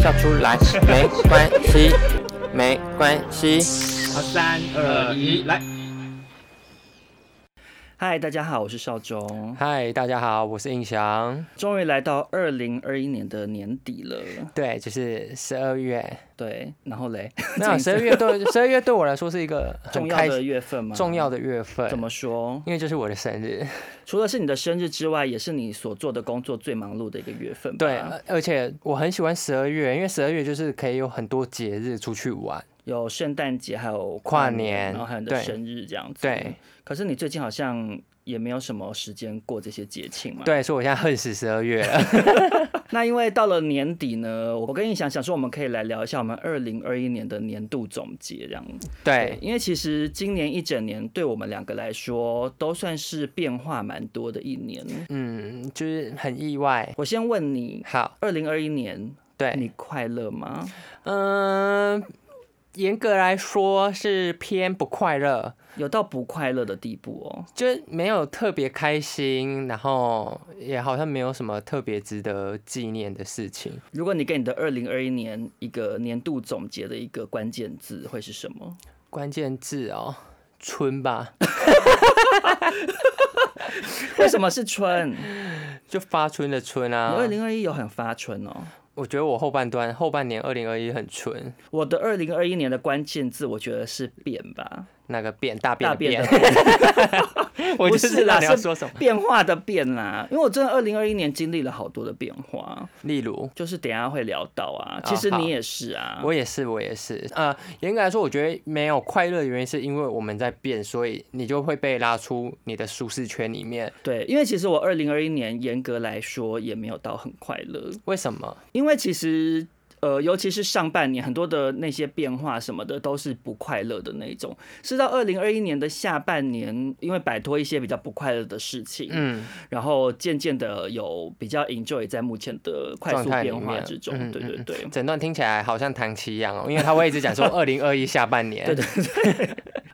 笑出来没关系， 没关系。好，三二一，来。嗨，大家好，我是邵忠，嗨，大家好，我是印翔。终于来到二零二一年的年底了。对，就是十二月。对，然后嘞， 那十二月对十二月对我来说是一个很重要开的心月份吗？重要的月份， 怎么说？因为就是我的生 日，除了是你的生日之外，也是你所做的工作最忙碌的一个月份吧。对，呃而而且我很喜欢十二月，因为十二月就是可以有很多节日出去玩。有圣诞节，还有跨年年，然后还有你的对生日这样子。对。可是你最近好像也没有什么时间过这些节庆嘛？对，所以我现在恨死十二月了。 那因为到了年底呢，我跟你想想说，我们可以来聊一下我们二零二一年的年度总结这样。对，因为其实今年一整年对我们两个来说都算是变化蛮多的一年。嗯，就是很意外。我先问你，好，二零二一年对，你快乐吗？嗯、严格来说是偏不快乐，有到不快乐的地步哦。就是没有特别开心，然后也好像没有什么特别值得纪念的事情。如果你给你的二零二一年一个年度总结的一个关键字会是什么？关键字哦，春吧， 为什么 是春？就发春的春啊。二零二一有很发春哦。我觉得我后半段后半年二零二一很纯，我的二零二一年的关键字，我觉得是变吧，那个变大变大的变变， 的变 我就不是知道啦你要是说 什么？变化的变啦。因为我真的二零二一年经历了好多的变化，例如，就是等一下会聊到啊。哦其实好你也是啊，我也是，我也是。呃，严格来说，我觉得没有快乐的原因是因为我们在变，所以你就会被拉出你的舒适圈里面。对，因为其实我二零二一年严格来说也没有到很快乐，为什么？因为其实。呃，尤其是上半年很多的那些变化什么的，都是不快乐的那种。是到二零二一年的下半年，因为摆脱一些比较不快乐的事情，嗯，然后渐渐的有比较 enjoy 在目前的快速状态里变化面之中。嗯对对嗯对，整段听起来好像唐奇一样哦，因为他会一直 讲说二零二一下半年。对对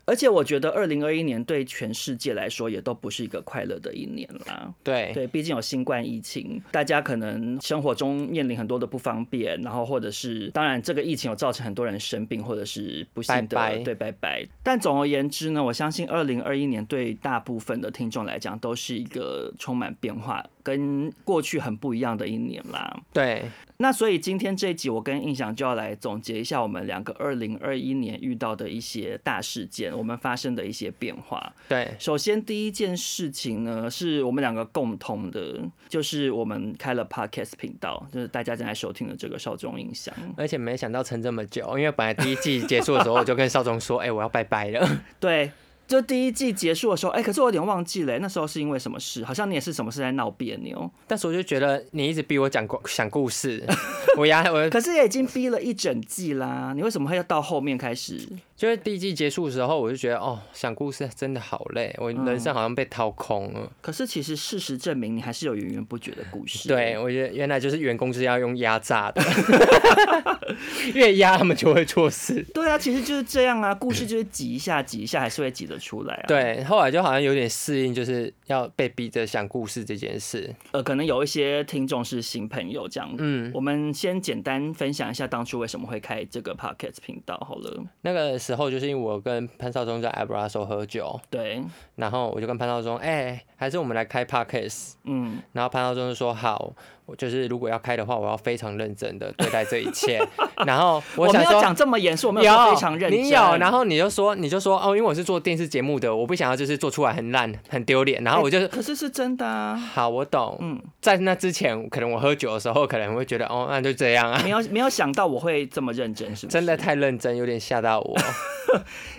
而且我觉得二零二一年对全世界来说也都不是一个快乐的一年啦。对对，毕竟有新冠疫情，大家可能生活中面临很多的不方便，然后或者是当然这个疫情有造成很多人生病或者是不幸的拜拜对拜拜。但总而言之呢，我相信二零二一年对大部分的听众来讲都是一个充满变化跟过去很不一样的一年啦。对那所以今天这一集，我跟印象就要来总结一下我们两个二零二一年遇到的一些大事件，我们发生的一些变化。对首先第一件事情呢，是我们两个共同的，就是我们开了 podcast 频道，就是大家正在收听的这个少中印象。而且没想到撑这么久，因为本来第一季结束的时候，我就跟少总说：“ 哎、我要拜拜了。对。就第一季结束的时候，哎、可是我有点忘记了、那时候是因为什么事？好像你也是什么事在闹别扭，”但是我就觉得你一直逼我讲故想故事，我压我可是也已经逼了一整季啦，你为什么会要到后面开始？就是第一季结束的时候，我就觉得哦，想故事真的好累，我人生好像被掏空了。可是其实事实证明，你还是有源源不绝的故事。对，我觉得原来就是员工是要用压榨的，越压他们就会做事。对啊，其实就是这样啊，故 事就是挤一下挤一下，还是会挤得出来啊。，对，后来就好像有点适应，就是要被逼着想故事这件事。呃，可能有一些听众是新朋友这样。嗯，我们先简单分享一下当初为什么会开这个 podcast 频道好了。那个时候就是因为我跟潘少忠在 Abraso 喝酒，对，然后我就跟潘少忠，哎、还是我们来开 Podcast。嗯，然后潘少忠就说好，我就是如果要开的话，我要非常认真的对待这一 切。然后我我想没说有，讲这么严肃，我没有有说非常认真。你有，然后你就说，你就说哦，因为我是做电视节目的，我不想要就是做出来很烂、很丢脸。然后我就、可是是真的啊，好，我懂。嗯，在那之前，可能我喝酒的时候，可能会觉得哦，那就这样啊， 没有没有想到我会这么认真，是不是？真的太认真，有点吓到我，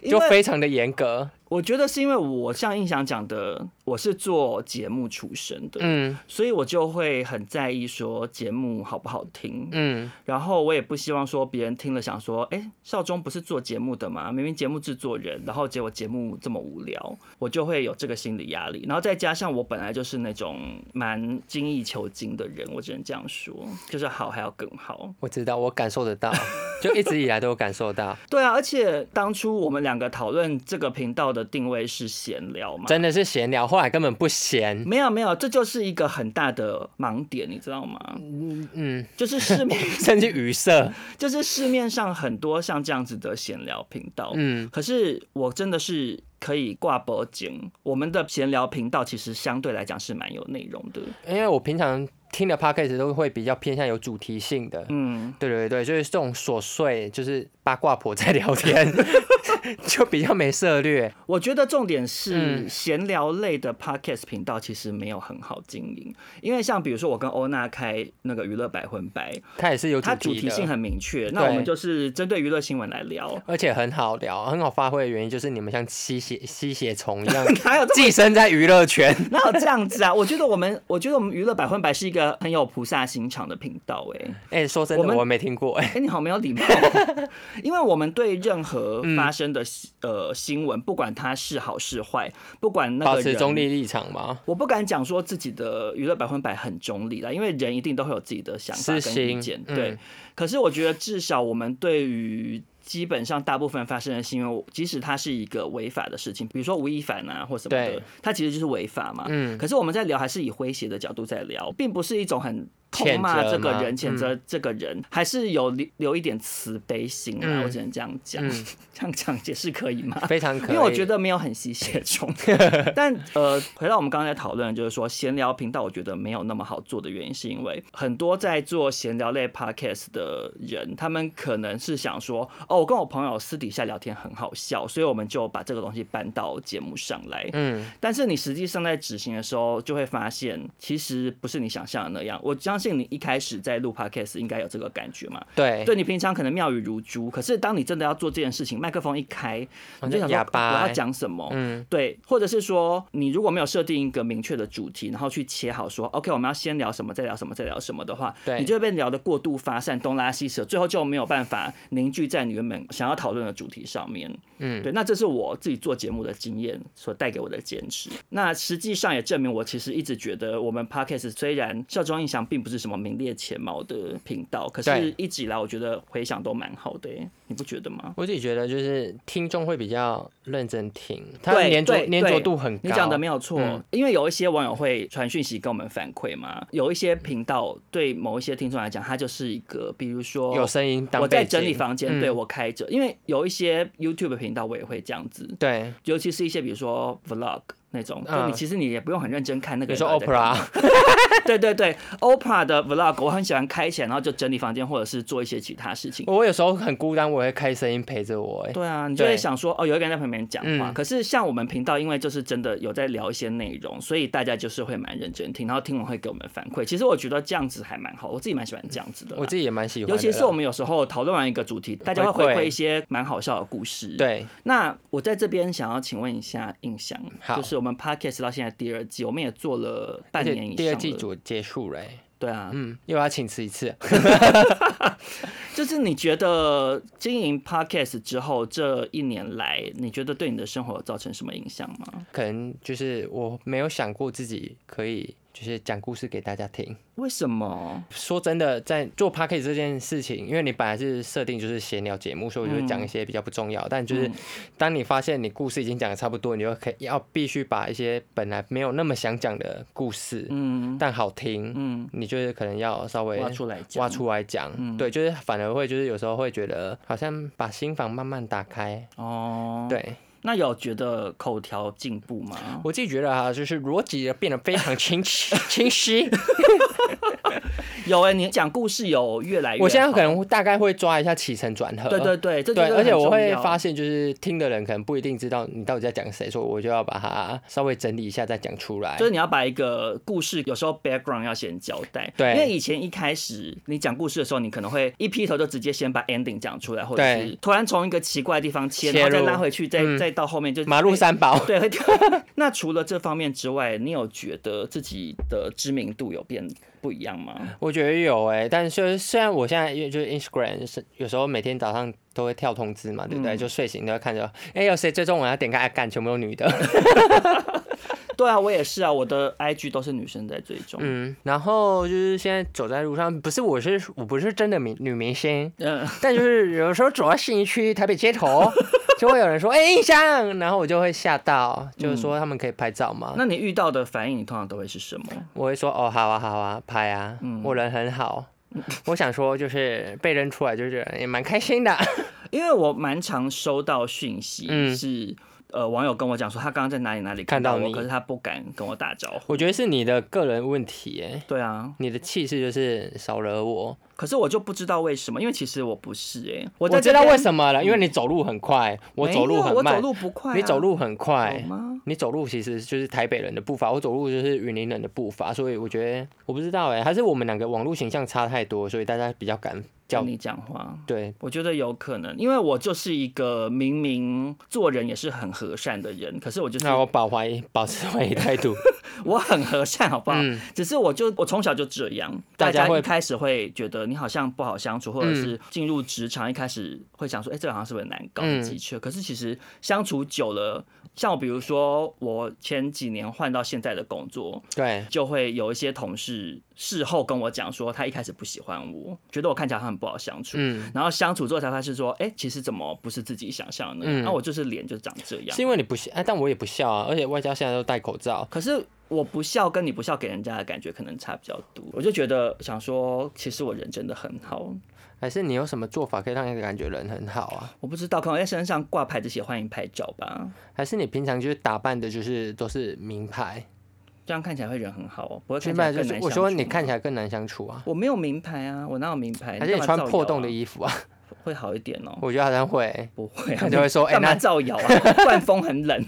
因就为非常的严格。我我觉得是因为我像印象讲的，我是做节目出身的，嗯所以我就会很在意说节目好不好听，嗯然后我也不希望说别人听了想说，哎、少中不是做节目的吗？明明节目制作人，然后结果节目这么无聊，我就会有这个心理压力。然后再加上我本来就是那种蛮精益求精的人，我只能这样说，就是好还要更好。我知道，我感受 得到，就一直以来都有感受到，对啊，而且当初我们两个讨论这个频道的定位是闲聊嘛。真的是闲聊，后来根本不闲。没有没有，这就是一个很大的盲点，你知道吗？嗯，就是市面，甚至语塞。就是市面上很多像这样子的闲聊频道，嗯，可是我真的是可以挂脖颈，我们的闲聊频道其实相对来讲是蛮有内容的。因为我平常听的 podcast 都会比较偏向有主题性的。嗯，对对对，就是这种琐碎，就是八卦婆在聊 天，就比较没涉略。我觉得重点是嗯闲聊类的 podcast 频道其实没有很好经营，因为像比如说我跟欧娜开那个娱乐百分百，它也是有主它题主题的性很明确，那对我们就是针对娱乐新闻来 聊。而且很好聊，很好发挥的原因就是你们像吸血吸血虫一样 哪有这寄生在娱乐 圈。哪有这样子啊？我觉得我们，我觉得我们娱乐百分百是一个很有菩萨心肠的频道、欸，哎。哎、说真的，我们我没听过。哎、哎、你好没有礼 貌哦，因为我们对任何嗯发生的新、呃新闻，不管它是好是坏，不管那保个持人中立立场 嘛。我不敢讲说自己的娱乐百分百很中立啦，因为人一定都会有自己的想法私跟意心见。嗯对，可是我觉得至少我们对于基本上大部分发生的新闻，即使它是一个违法的事情，比如说吴亦凡啊或什么的对，它其实就是违法嘛。嗯可是我们在聊还是以诙谐的角度在聊，并不是一种很。痛谴骂责这个吗嗯人，谴责这个人，还是有留留一点慈悲心啊！嗯我只能这样讲，嗯 这样讲解释可以 吗？非常可以，因为我觉得没有很吸血 虫，但呃，回到我们刚才讨论，就是说闲聊频道，我觉得没有那么好做的原因，是因为很多在做闲聊类 podcast 的人，他们可能是想说，哦，我跟我朋友私底下聊天很好笑，所以我们就把这个东西搬到节目上来。嗯，但是你实际上在执行的时候，就会发现其实不是你想象的那样。我相信你一开始在录 podcast 应该有这个感觉嘛，对，对你平常可能妙语如珠，可是当你真的要做这件事情，麦克风一开，好你就像想说呃哑巴我要欸讲什么。嗯对，或者是说，你如果没有设定一个明确的主题，然后去切好说，OK，我们要先聊什么，再聊什么，再聊什么的话，对你就会被聊得过度发散，东拉西扯，最后就没有办法凝聚在你原本想要讨论的主题上面。嗯，对，那这是我自己做节目的经验所带给我的坚持。那实际上也证明我其实一直觉得，我们 podcast 虽然笑中印象并不是什么名列前茅的频道，可是对一直以来我觉得回想都蛮好的、欸，你不觉得吗？我自己觉得就是听众会比较认真听，它对粘着对粘着对度很高。你讲的没有错，嗯因为有一些网友会传讯息跟我们反馈嘛，有一些频道对某一些听众来讲，它就是一个，比如说有声音当我在背景整理房间，嗯对我开着，因为有一些 YouTube 频道我也会这样子，对，尤其是一些比如说 vlog 那种，就嗯你其实你也不用很认真看那比个如说人到底在干嘛。 Oprah， 对对对，OPRA 的 vlog 我很喜欢开起来，然后就整理房间或者是做一些其他事情。我有时候很孤单，我会开声音陪着我。哎，对啊，你就会哦对想说哦，有一个人在旁边讲话。嗯可是像我们频道，因为就是真的有在聊一些内容，所以大家就是会蛮认真听，然后听完会给我们反馈。其实我觉得这样子还蛮好，我自己蛮喜欢这样子的啦。我自己也蛮喜欢的尤啦，其是我们有时候讨论完一个主题，大家会回回馈馈一些蛮好笑的故事。对那我在这边想要请问一下印象，好就是我们 podcast 到现在第二季，我们也做了半而且年以上第二季了组结束了，哎对啊，嗯，又要请吃一次。就是你觉得经营 podcast 之后这一年来，你觉得对你的生活有造成什么影响吗？可能就是我没有想过自己可以就是讲故事给大家听。为什么？说真的，在做 p a c k a g e 这件事情，因为你本来是设定就是闲聊节目，所以我就会嗯讲一些比较不重要。但就是当你发现你故事已经讲的差不多，你就可以要必须把一些本来没有那么想讲的故事，嗯但好听，嗯，你就是可能要稍微挖出来讲嗯挖出来讲。对，就是反而会就是有时候会觉得好像把心房慢慢打开。哦。，对那有觉得口条进步吗？ 我自己觉得啊，就是逻辑变得非常清晰清晰。有哎、你讲故事有越来越好，我现在可能大概会抓一下起承转合，对对对，这对，而且我会发现，现，就是听的人可能不一定知道你到底在讲谁，所以我就要把它稍微整理一下再讲出来。就是你要把一个故事，有时候 background 要先交代，对因为以前一开始你讲故事的时候，你可能会一劈头就直接先把 ending 讲出来，或者对是突然从一个奇怪的地方切，切然入后再拉回去，再、嗯再到后面就马路。三宝，对，会那除了这方面之外，你有觉得自己的知名度有变不一样吗？我觉得有哎、但是虽然我现在因为就是 Instagram 是有时候每天早上都会跳通知嘛，对不对？嗯就睡醒都要看着，哎、有谁追踪我？要点开，哎干，全部都女 的。对啊，我也是啊，我的 IG 都是女生在追踪。嗯，然后就是现在走在路上，不是我是我不是真的明女明星，嗯，但就是有时候走到信义区台北街 头，就会有人说哎印象，然后我就会吓到，就是说他们可以拍照吗？嗯那你遇到的反应，你通常都会是什么？我会说哦，好啊，好啊，拍啊，嗯我人很好。我想说，就是被认出来，就是也蛮开心的。 因为我蛮常收到讯息嗯是。呃，网友跟我讲说，他刚刚在哪里哪里看看到到我，你可是他不敢跟我打招呼。我觉得是你的个人问题，哎，对啊，你的气势就是少惹我。可是我就不知道为什么，因为其实我不是哎、我我在知道为么什么了，因为你走路很快，我走路很我走慢，路不快、你走路很有快。吗？你走路其实就是台北人的步伐，我走路就是云林人的步伐，所以我觉得我不知道哎、还是我们两个网络形象差太多，所以大家比较敢叫跟你讲话，对我觉得有可能，因为我就是一个明明做人也是很和善的人，可是我就是那我保怀疑 保持怀疑态 度，我很和善，好不好？嗯只是我就我从小就这样，大大家家会嗯一开始会觉得你好像不好相处，或者是进入职场一开始会想说，哎、这个好像是不是很难搞、嗯很急切？可是其实相处久了，像我比如说我前几年换到现在的工作，对，就会有一些同事事后跟我讲说，他一开始不喜欢我，觉得我看起来很不好相处。嗯，然后相处之后才发现说，哎、其实怎么不是自己想象的？那、嗯我就是脸就长这样是。因为你不笑、啊，但我也不笑啊，而且外加现在都戴口罩，可是我不笑跟你不笑给人家的感觉可能差比较多，我就觉得想说，其实我人真的很好，还是你有什么做法可以让人感觉人很好啊？我不知道可能在身上挂牌子写欢迎拍照吧，还是你平常就是打扮的，就是都是名牌，这样看起来会人很好哦，不会看名起牌来就更是难我说你看起起来更难相处啊，我没有名牌啊，我哪有名牌？哎还是你干嘛穿造谣啊破洞的衣服啊？会好一点哦。我觉得好像 会，不会、啊，他就会说哎干嘛那造谣啊？ 灌风很冷。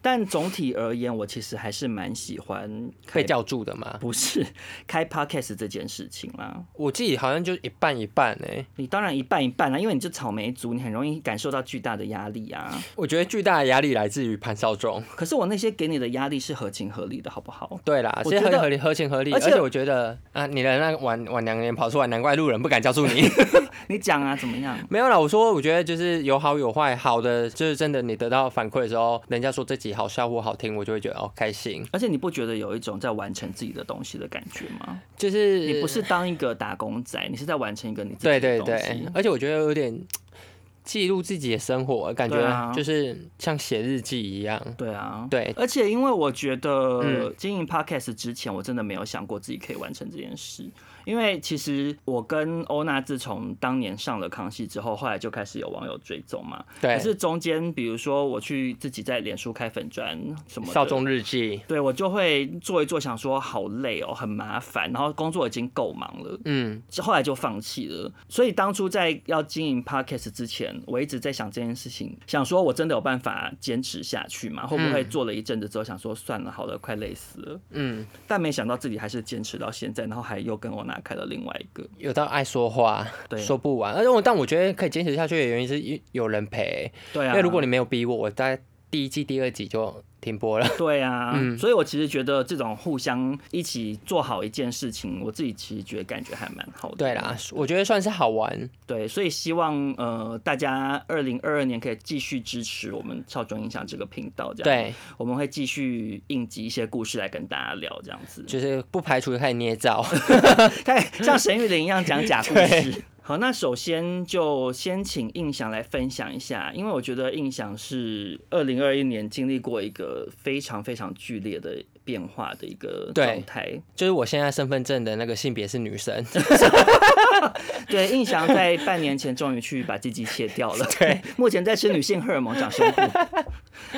但总体而言，我其实还是蛮喜欢开被叫住的嘛。不是开 podcast 这件事情啦。我自己好像就一半一半哎、你当然一半一半啊啦、因为你就草莓族，你很容易感受到巨大的压力 啊。我觉得巨大的压力来自于潘少忠。可是我那些给你的压力是合情合理的，好不好？对啦，我是觉合得合理合情合理，而而且且我觉得啊，你的那个晚晚两年跑出来，难怪路人不敢叫住你。 你讲啊，怎么样？没有啦，我说我觉得就是有好有坏，好的就是真的你得到反馈的时候，人家说这集好笑或好听，我就会觉得哦开心。而且你不觉得有一种在完成自己的东西的感觉吗？就是你不是当一个打工仔，你是在完成一个你自对己对的东西。对，而且我觉得有点记录自己的生活，感对觉啊就是像写日记一样。对啊，对，而且因为我觉得嗯经营 podcast 之前，我真的没有想过自己可以完成这件事。因为其实我跟欧娜自从当年上了康熙之后，后来就开始有网友追踪嘛。对可是中间，比如说我去自己在脸书开粉砖什么的少中日记，对我就会做一做，想说好累哦，很麻烦，然后工作已经够忙了。嗯，后来就放弃了，所以当初在要经营 podcast 之前，我一直在想这件事情，想说我真的有办法坚持下去吗？会不会做了一阵子之后，想说算了，好了，快累死了。嗯，但没想到自己还是坚持到现在，然后还又跟我拿开了另外一个。有到爱说话，对啊说不完。而且我但我觉得可以坚持下去的原因是因有人陪，对啊，因为如果你没有逼我，我大概第一季、第二集就停播 了。对啊，嗯所以我其实觉得这种互相一起做好一件事情，我自己其实觉得感觉还蛮好的。对啦，我觉得算是好玩。对，所以希望呃大家二零二二年可以继续支持我们少壮影响这个频道，这样对，我们会继续应急一些故事来跟大家聊，这样子，就是不排除开始捏造。 太像沈玉玲一样讲假故事。好，那首先就先请印象来分享一下，因为我觉得印象是二零二一年经历过一个非常非常剧烈的变化的一个对状态。就是我现在身份证的那个性别是女生， 对，印翔在半年前终于去把鸡鸡切掉了。 对，目前在吃女性荷尔蒙长胸部，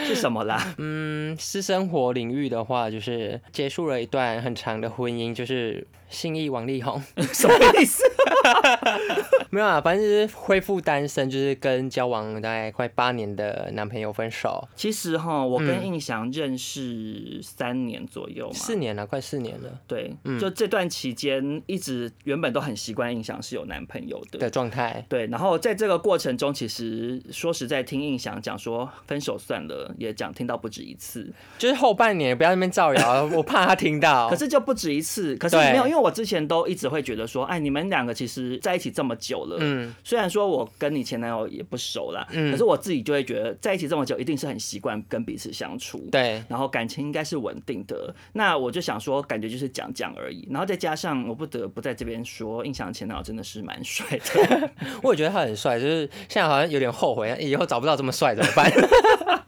是什么啦？嗯，私生活领域的话，就是结束了一段很长的婚姻，就是信义王力宏， 什么意思？ 没有啊，反正就是恢复单身，就是跟交往大概快八年的男朋友分手， 其实哈，我跟嗯印翔认识三年左右嘛，四年了，快四年了对，嗯就这段期间一直原本都很习惯印象是有男朋友的。的状态。对，然后在这个过程中，其实说实在，听印象讲说分手算了，也讲听到不止一次，就是后半年不要在那边造谣， 我怕他听到。可是就不止一次，可是对没有，因为我之前都一直会觉得说，哎，你们两个其实在一起这么久了，嗯，虽然说我跟你前男友也不熟啦，嗯可是我自己就会觉得在一起这么久，一定是很习惯跟彼此相处，对，然后感情应该是稳定的。那我就想说，感觉就是讲讲而已。然后再加上我不得不在这边说，印象前男友真的是蛮帅 的。我也觉得他很帅，就是现在好像有点后悔，以后找不到这么帅怎么办？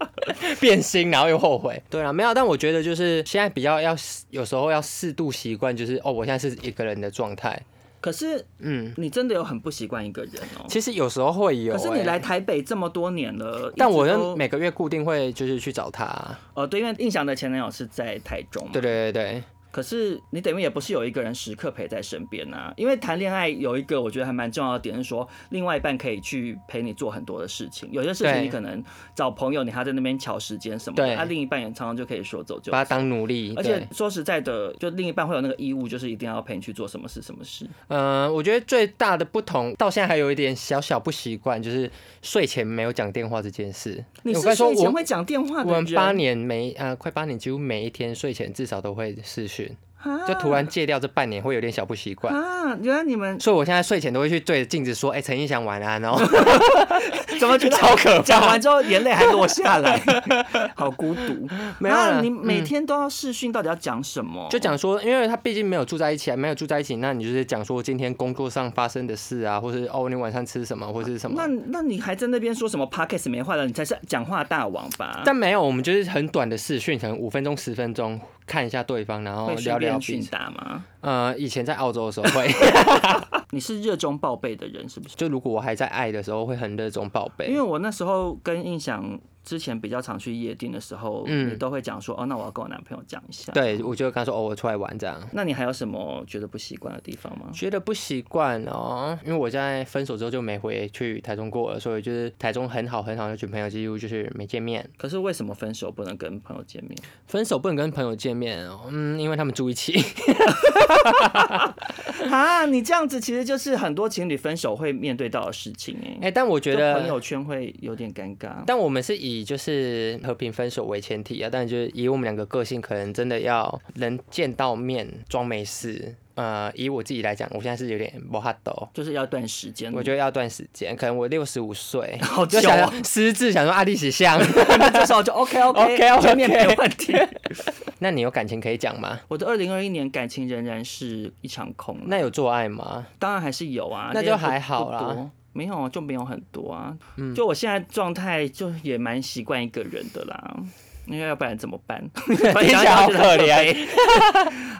变心，然后又后悔。对啊，没有，但我觉得就是现在比较要有时候要适度习惯，就是哦，我现在是一个人的状态。可是嗯，你真的有很不习惯一个人哦。其实有时候会有、可是你欸来，台北这么多年了，但一直我都就每个月固定会就是去找他。啊呃对，因为印象的前男友是在台中嘛。对对对对，可是你等于也不是有一个人时刻陪在身边啊，因为谈恋爱有一个我觉得还蛮重要的点是说，另外一半可以去陪你做很多的事情，有些事情对你可能找朋友，你还在那边瞧时间什么对的，啊，另一半也常常就可以说走就走把他当奴隶。而对且说实在的，就另一半会有那个义务，就是一定要陪你去做什么事什么事。嗯，我觉得最大的不同到现在还有一点小小不习惯，就是睡前没有讲电话这件事。你我是刚才说睡前我会讲电话的啊我们人八年每呃快八年，几乎每一天睡前至少都会视讯，就突然戒掉这半年会有点小不习惯。啊，原来你们所以我现在睡前都会去对着镜子说：“哎、陈意翔晚安 哦。 怎么觉得超可怕讲完之后眼泪还落 下来，好孤独。没有啦嗯啊，你每天都要试训，到底要讲什么？”就讲说，因为他毕竟没有住在一起啊，没有住在一起，那你就是讲说今天工作上发生的事啊，或是哦你晚上吃什么，或是什啊那么。那你还在那边说什么 podcast 没话了？你才是讲话大王吧？但没有，我们就是很短的视讯，可能五分钟、十分钟，看一下对方，然后会哦聊聊顺便彼训此。打吗？呃，以前在澳洲的时候 会，你是热衷报备的人是不是？就如果我还在爱的时候，会很热衷报备。因为我那时候跟印象之前比较常去夜店的时候，嗯你都会讲说哦，那我要跟我男朋友讲一下。对，我就跟他说，哦，我出来玩这样。那你还有什么觉得不习惯的地方吗？觉得不习惯哦，因为我在分手之后就没回去台中过了，所以就是台中很好很好的群朋友，几乎就是没见面。可是为什么分手不能跟朋友 见面？分手不能跟朋友见面哦，嗯，因为他们住一起。啊，你这样子其实就是很多情侣分手会面对到的事情哎、哎、但我觉就得朋友圈会有点尴尬。但我们是以就是和平分手为前提啊，但就是以我们两个个性，可能真的要能见到面装没事。呃，以我自己来讲，我现在是有点不哈抖，就是要断时间， 我觉得要段时间，可能我六十五岁，嗯好就久想哦要私自想说阿力喜像， 得这时候就 OK 哦 OK OK，OK 见面没问题。那你有感情可以讲吗？我的二零二一年感情仍然是一场空，那那有做爱吗？ 当然还是有啊，那就但是不还好啦嗯不多没有啊就没有很多啊。就我现在状态就也蛮习惯一个人的啦，因为要不然怎么 办？听起来 好可啊怜。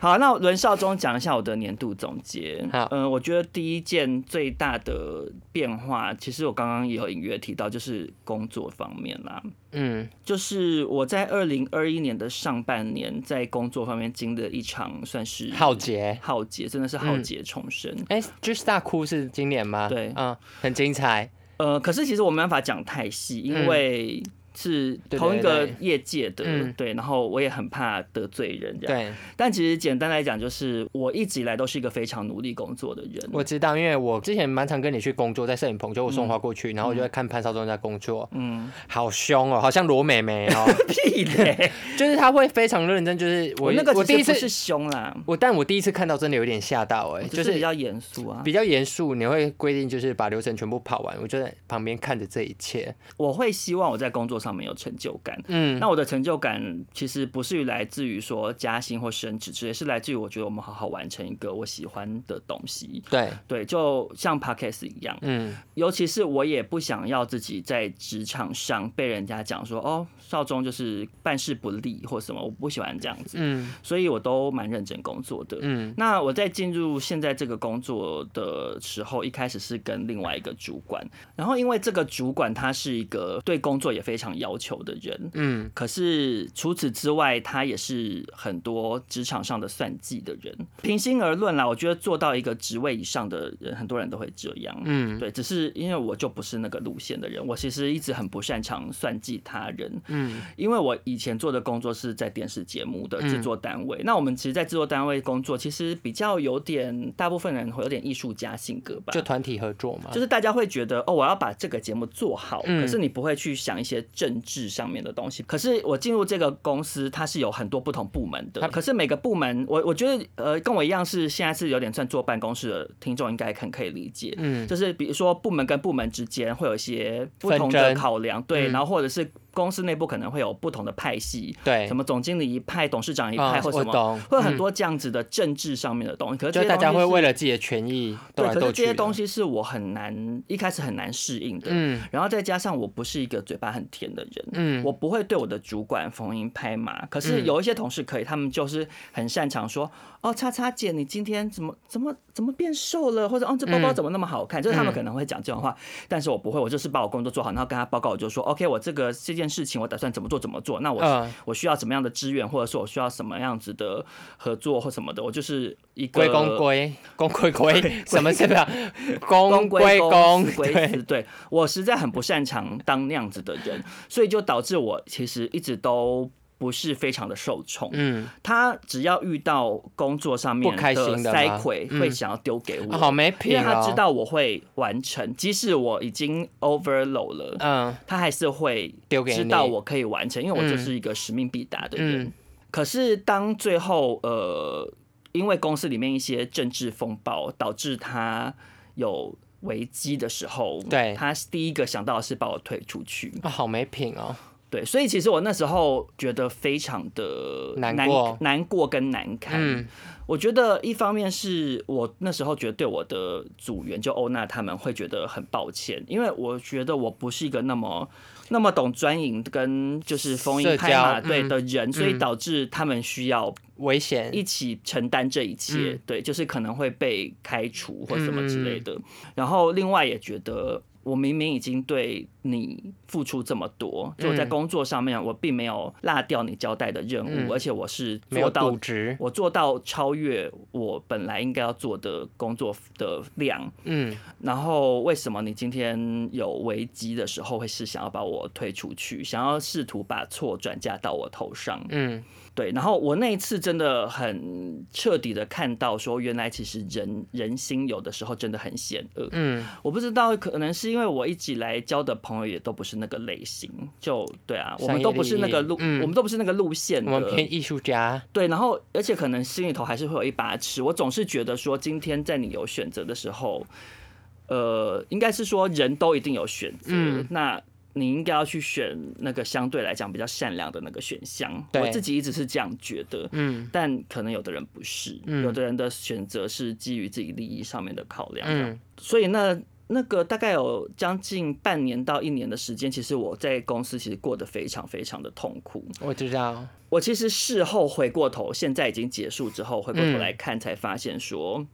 好，那轮少中讲一下我的年度总结。好嗯、我觉得第一件最大的变化，其实我刚刚也有隐约提到，就是工作方面啦。嗯，就是我在二零二一年的上半年，在工作方面经历了一场算是浩劫。浩劫，真的嗯是浩劫重生。哎、g s t a r 哭是今年吗？对嗯，很精彩。呃，可是其实我没办法讲太细，因为是嗯对同一对个对业界的，嗯对，然后我也很怕得罪人这样。对，但其实简单来讲，就是我一直以来都是一个非常努力工作的人。我知道，因为我之前蛮常跟你去工作，在摄影棚，就我送花过去，然后我就在看潘少忠在工作，嗯， 好凶哦，好像罗美美哦，屁嘞！就是他会非常认真，就是 我我那个我其第一实次不是凶啦，我，但我第一次看到真的有点吓到哎、我就就是是比较严肃啊。比较严肃，你会规定就是把流程全部跑完，我就在旁边看着这一切。我会希望我在工作上面有成就感。嗯，那我的成就感其实不是来自于说加薪或升职之类，是来自于我觉得我们好好完成一个我喜欢的东西。对，对，就像 podcast 一样，嗯，尤其是我也不想要自己在职场上被人家讲说，哦，少中就是办事不力或什么，我不喜欢这样子，嗯所以我都蛮认真工作的。嗯那我在进入现在这个工作的时候，一开始是跟另外一个主管，然后因为这个主管他是一个对工作也非常要求的人，嗯，可是除此之外，他也是很多职场上的算计的人。平心而论啦，我觉得做到一个职位以上的人，很多人都会这样。嗯对，只是因为我就不是那个路线的人，我其实一直很不擅长算计他人。嗯，因为我以前做的工作是在电视节目的制作单位，那我们其实，在制作单位工作，其实比较有点，大部分人会有点艺术家性格吧，就团体合作嘛，就是是大家会觉得哦，我要把这个节目做好，嗯可是你不会去想一些政治上面的东西。可是我进入这个公司，它是有很多不同部门的，可是每个部门，我我觉得呃，跟我一样是现在是有点算坐办公室的听众，应该很可以理解。嗯就是比如说部门跟部门之间会有一些不同纷的争考量，对，嗯然后或者是公司内部可能会有不同的派系，对什，么总经理一派、董事长一派啊或什我么，懂，会有很嗯，多这样子的政治上面的东西。可是这就些大家东西会是为了自己的权益斗对，来可斗是这去的，些东西是我很难一开始很难适应的，嗯然后再加上我不是一个嘴巴很甜的人，嗯我不会对我的主管逢迎拍马。可是嗯有一些同事可以，他们就是很擅长说，哦，叉叉姐，你今天怎么怎么怎么变瘦了，或者哦，这包包嗯怎么那么好看？就是他们嗯可能会讲这种话，但是我不会，我就是把我工作做好，然后跟他报告，我就说，OK，我哦这个这件事情我打算怎么做怎么做，那我、嗯我需要怎么样的资源，或者说我需要什么样子的合作或什么的，我就是一个归公归，公归归，什么是不是？公归归公，私归对私。对我实在很不擅长当那样子的人，所以就导致我其实一直都不是非常的受宠。嗯，他只要遇到工作上面不开心的吗塞魁，嗯会想要丢给我。啊好没因品为他哦。知，道我会完成，即使我已经 overload 了，嗯他还是会丢给你知道我可以完成，因为我就是一个使命必达的人。嗯可是当最后呃，因为公司里面一些政治风暴导致他有危机的时候，对他第一个想到的是把我推出去。啊，好没品哦。对，所以其实我那时候觉得非常的难难过难过跟难堪。嗯我觉得一方面是我那时候觉得对我的组员，就欧娜他们会觉得很抱歉，因为我觉得我不是一个那么那么懂专营跟就是封印社拍马交对嗯的人，所以导致他们需要危险，一起承担这一切，嗯对，就是可能会被开除或什么之类的。然后另外也觉得，我明明已经对你付出这么多，就在工作上面，我并没有落掉你交代的任务，嗯而且我是没有做渎到。职。我做到超越我本来应该要做的工作的量，嗯然后为什么你今天有危机的时候会是想要把我推出去，想要试图把错转嫁到我头上？嗯对，然后我那一次真的很彻底的看到，说原来其实人人心有的时候真的很险恶。嗯，我不知道，可能是因为我一直以来交的朋友也都不是那个类型，就对啊，我们都不是那个路，商业利益嗯我们都不是那个路线我们的。偏艺术家。对，然后而且可能心里头还是会有一把尺。我总是觉得说，今天在你有选择的时候，呃，应该是说人都一定有选择，嗯那你应该要去选那个相对来讲比较善良的那个选项。对我自己一直是这样觉得，嗯但可能有的人不是，嗯有的人的选择是基于自己利益上面的考量。嗯所以那那个大概有将近半年到一年的时间，其实我在公司其实过得非常非常的痛苦。我知道。我其实事后回过头，现在已经结束之后，回过头嗯来看，才发现说，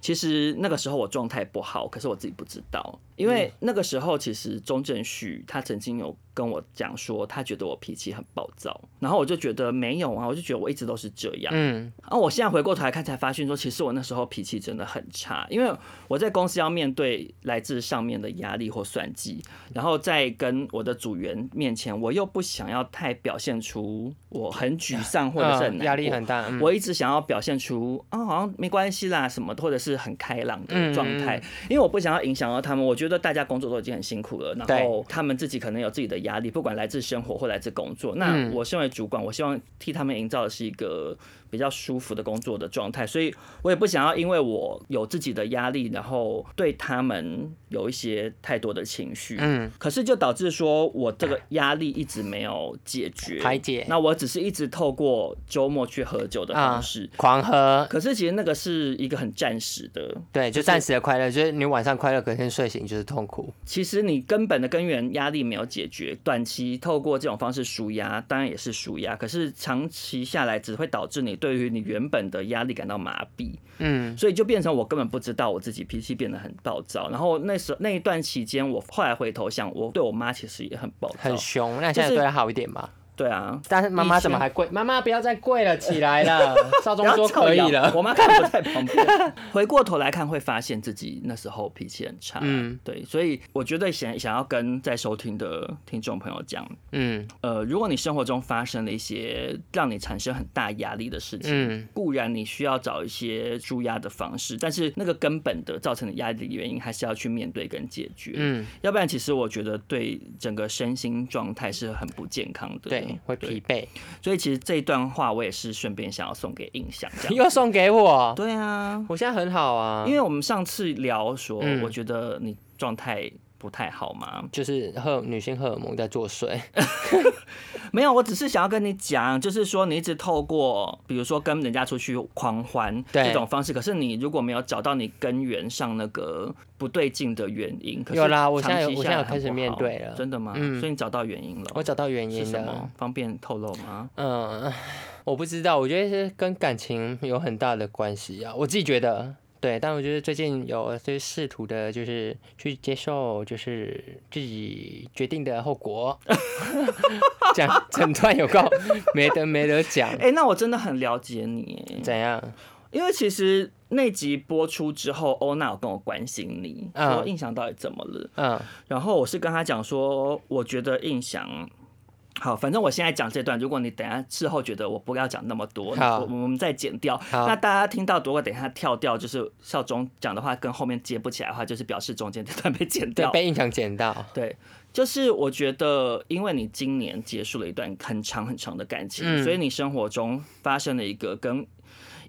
其实那个时候我状态不好，可是我自己不知道，因嗯为那个时候其实钟正旭他曾经有跟我讲说，他觉得我脾气很暴躁，然后我就觉得没有啊，我就觉得我一直都是这样。嗯然啊后我现在回过头来看，才发现说，其实我那时候脾气真的很差，因为我在公司要面对来自上面的压力或算计，然后在跟我的组员面前，我又不想要太表现出我很沮丧或者是很嗯，难压力过很大。嗯我一直想要表现出啊、好像没关系啦什么的，或者是很开朗的状态，嗯因为我不想要影响到他们。我觉得大家工作都已经很辛苦了，然后他们自己可能有自己的压力，不管来自生活或来自工作。那嗯我身为主管，我希望替他们营造的是一个比较舒服的工作的状态，所以我也不想要因为我有自己的压力，然后对他们有一些太多的情绪。嗯，可是就导致说我这个压力一直没有解决排解那我只是一直透过周末去喝酒的啊方式。狂喝，可是其实那个是一个很暂时的，对，就暂时的快乐，就是你晚上快乐，隔天睡醒就是痛苦。其实你根本的根源压力没有解决，短期透过这种方式舒压，当然也是舒压，可是长期下来只会导致你对于你原本的压力感到麻痹，嗯，所以就变成我根本不知道我自己脾气变得很暴躁。然后那时候那一段期间，我后来回头想，我对我妈其实也很暴躁很，凶。那就现在是对他好一点吧？对啊。但是妈妈怎么还跪？妈妈不要再跪了，起来 了。少不宗要说造可以谣了。我妈看我在旁边。 回过头来看，会发现自己那时候脾气很差。嗯嗯，对，所以我觉得想想要跟在收听的听众朋友讲，嗯呃，如果你生活中发生了一些让你产生很大压力的事情，嗯固然你需要找一些舒压的方式，但是那个根本的造成的压力的原因，还是要去面对跟解决。嗯，要不然，其实我觉得对整个身心状态是很不健康的。对，会疲惫。所以其实这一段话，我也是顺便想要送给印象这样。又送给我，对啊，我现在很好啊，因为我们上次聊说，嗯我觉得你状态不太好嘛，就是荷女性荷尔蒙在作祟。 没有，我只是想要跟你讲，就是说你一直透过，比如说跟人家出去狂欢对这种方式，可是你如果没有找到你根源上那个不对劲的原因，可是有啦我现在有长期我下现在有来很开始不面好对了真的吗？嗯所以你找到原因了，我找到原是因什么了，？方便透露吗？嗯，我不知道，我觉得是跟感情有很大的关系啊，我自己觉得。对，但我觉得最近有就是试图的，就是去接受，就是自己决定的后 果。讲整段有够没得没得讲，哎、那我真的很了解你耶，怎样？因为其实那集播出之后，欧娜有跟我关心你，嗯说印象到底怎么了？嗯然后我是跟他讲说，我觉得印象好，反正我现在讲这段，如果你等一下事后觉得我不要讲那么多，你好我我们再剪掉。好那大家听到如果等一下跳掉，就是效忠讲的话跟后面接不起来的话，就是表示中间这段被剪对，掉。被印象捡到， 对，就是我觉得，因为你今年结束了一段很长很长的感情，嗯所以你生活中发生了一个跟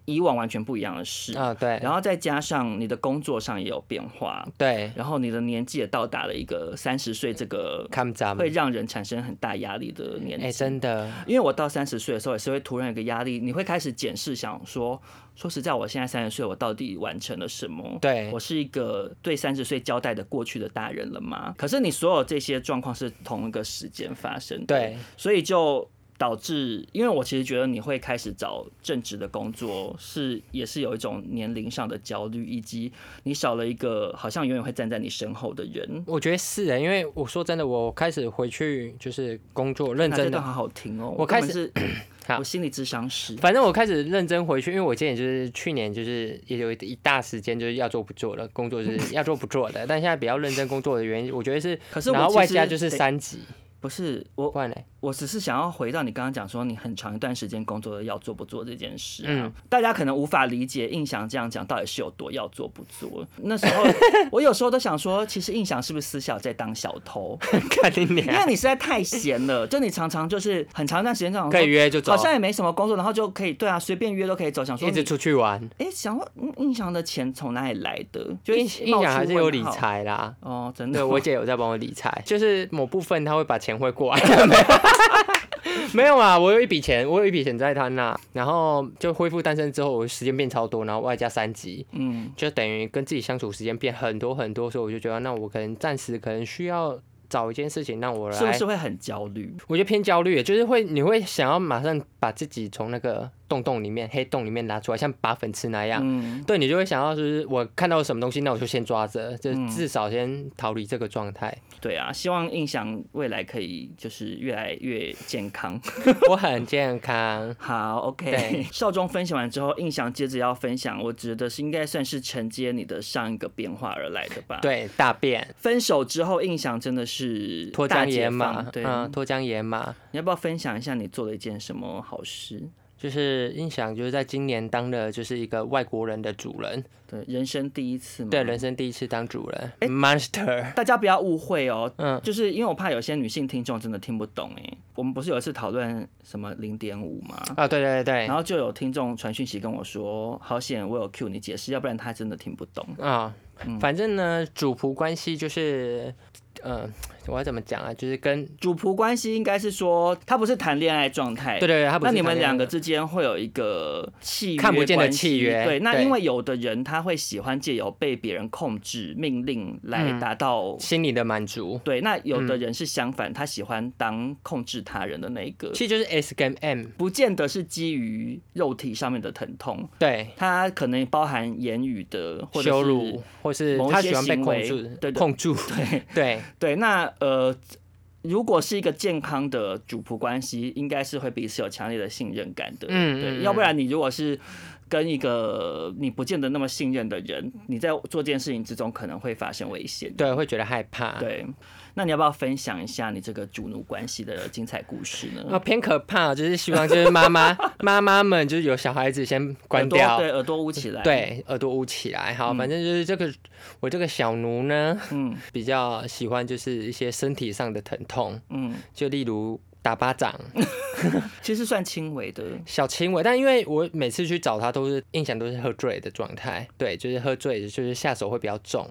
以往完全不一样的事，啊、对然后再加上你的工作上也有变化，对，然后你的年纪也到达了一个三十岁这个看咱会们，让人产生很大压力的年哎、纪。真的，因为我到三十岁的时候，也是会突然有个压力，你会开始检视，想说，说实在，我现在三十岁，我到底完成了什么？对我是一个对三十岁交代的过去的大人了吗？可是你所有这些状况是同一个时间发生的，对，所以就导致，因为我其实觉得你会开始找正职的工作，是也是有一种年龄上的焦虑，以及你少了一个好像永远会站在你身后的人。我觉得是的，因为我说真的，我开始回去就是工作，认那真这的段好好听哦，我开始根本是好我心理智商师。反正我开始认真回去，因为我今年就是去年就是也有一大时间就是要做不做的工作， 就是要做不做的。但现在比较认真工作的原因，我觉得是，可是我然后其外实加就是得三级，不是我不，然嘞， 我只是想要回到你刚刚讲说，你很长一段时间工作的要做不做这件事、啊。嗯大家可能无法理解印象这样讲到底是有多要做不做。那时 候我有时候都想说，其实印象是不是私下有在当小 偷？看你因为脸，你实在太闲了，就你常常就是很长一段时间这样可以约就走好，像也没什么工作，然后就可以对啊，随便约都可以走。想说一直你，出去玩，哎、想说嗯印象的钱从哪里来的？就印一印象还是有理冒出问号财啦。哦，真对的， 我姐有在帮我理财，就是某部分她会把钱汇过来。 没有没有啊，我有一笔钱，我有一笔钱在她那，然后就恢复单身之后，我时间变超多，然后外加三级，嗯，就等于跟自己相处时间变很多很多，所以我就觉得，那我可能暂时可能需要找一件事情让我来，是不是会很焦虑？我觉得偏焦虑耶，就是会你会想要马上把自己从那个洞洞里面、黑洞里面拿出来，像拔粉刺那样。嗯，对你就会想要，就是我看到什么东西，那我就先抓着，就嗯至少先逃离这个状态。对啊，希望印象未来可以就是越来越 健康。我很健康，好对，OK。少中分享完之后，印象接着要分享，我觉得是应该算是承接你的上一个变化而来的吧。，对大便分手之后，印象真的是脱大缰解野放马，嗯对，嗯，脱缰野马。你要不要分享一下你做了一件什么好事？就是印象就是在今年当了就是一个外国人的主人，对，人生第一次嘛。对，人生第一次当主人、Monster，大家不要误会哦，嗯就是因为我怕有些女性听众真的听不懂哎。我们不是有一次讨论什么零点五吗？啊，对对对哦然对，后就有听众传讯息跟我说，好险我有 Q 你解释，要不然他真的听不懂。啊，嗯反正呢，主仆关系就是，呃，我要怎么讲啊？就是跟主仆关系应该是说，他不是谈恋爱状态，对对对，他不是那你们谈恋爱两个的之间会有一个契约看不见的关系契约对，那对因为有的人他会喜欢借由被别人控制、命令来嗯达到、心理的满足，对，那有的人是相反，他喜欢当控制他人的那一个，其实就是 S 跟 M，不见得是基于肉体上面的疼痛，对，他可能包含言语的或者羞是辱，或是某一他些喜欢被行控为制，对对控制，对对，对，那呃，如果是一个健康的主仆关系，应该是会彼此有强烈的信任感的。嗯嗯对，嗯要不然你如果是跟一个你不见得那么信任的人，你在做这件事情之中可能会发生危险。对，会觉得害怕，对，那你要不要分享一下你这个主奴关系的精彩故事呢？啊，偏可怕，就是希望就是妈妈妈妈们就是有小孩子先关耳朵掉，对，耳朵捂起来。，对，耳朵捂起来。好，反正就是这个我这个小奴呢，嗯比较喜欢就是一些身体上的疼痛，嗯，就例如打巴掌，其实算轻微的。小亲吻。但因为我每次去找他都是印象都是喝醉的状态，对，就是喝醉，就是下手会比较重，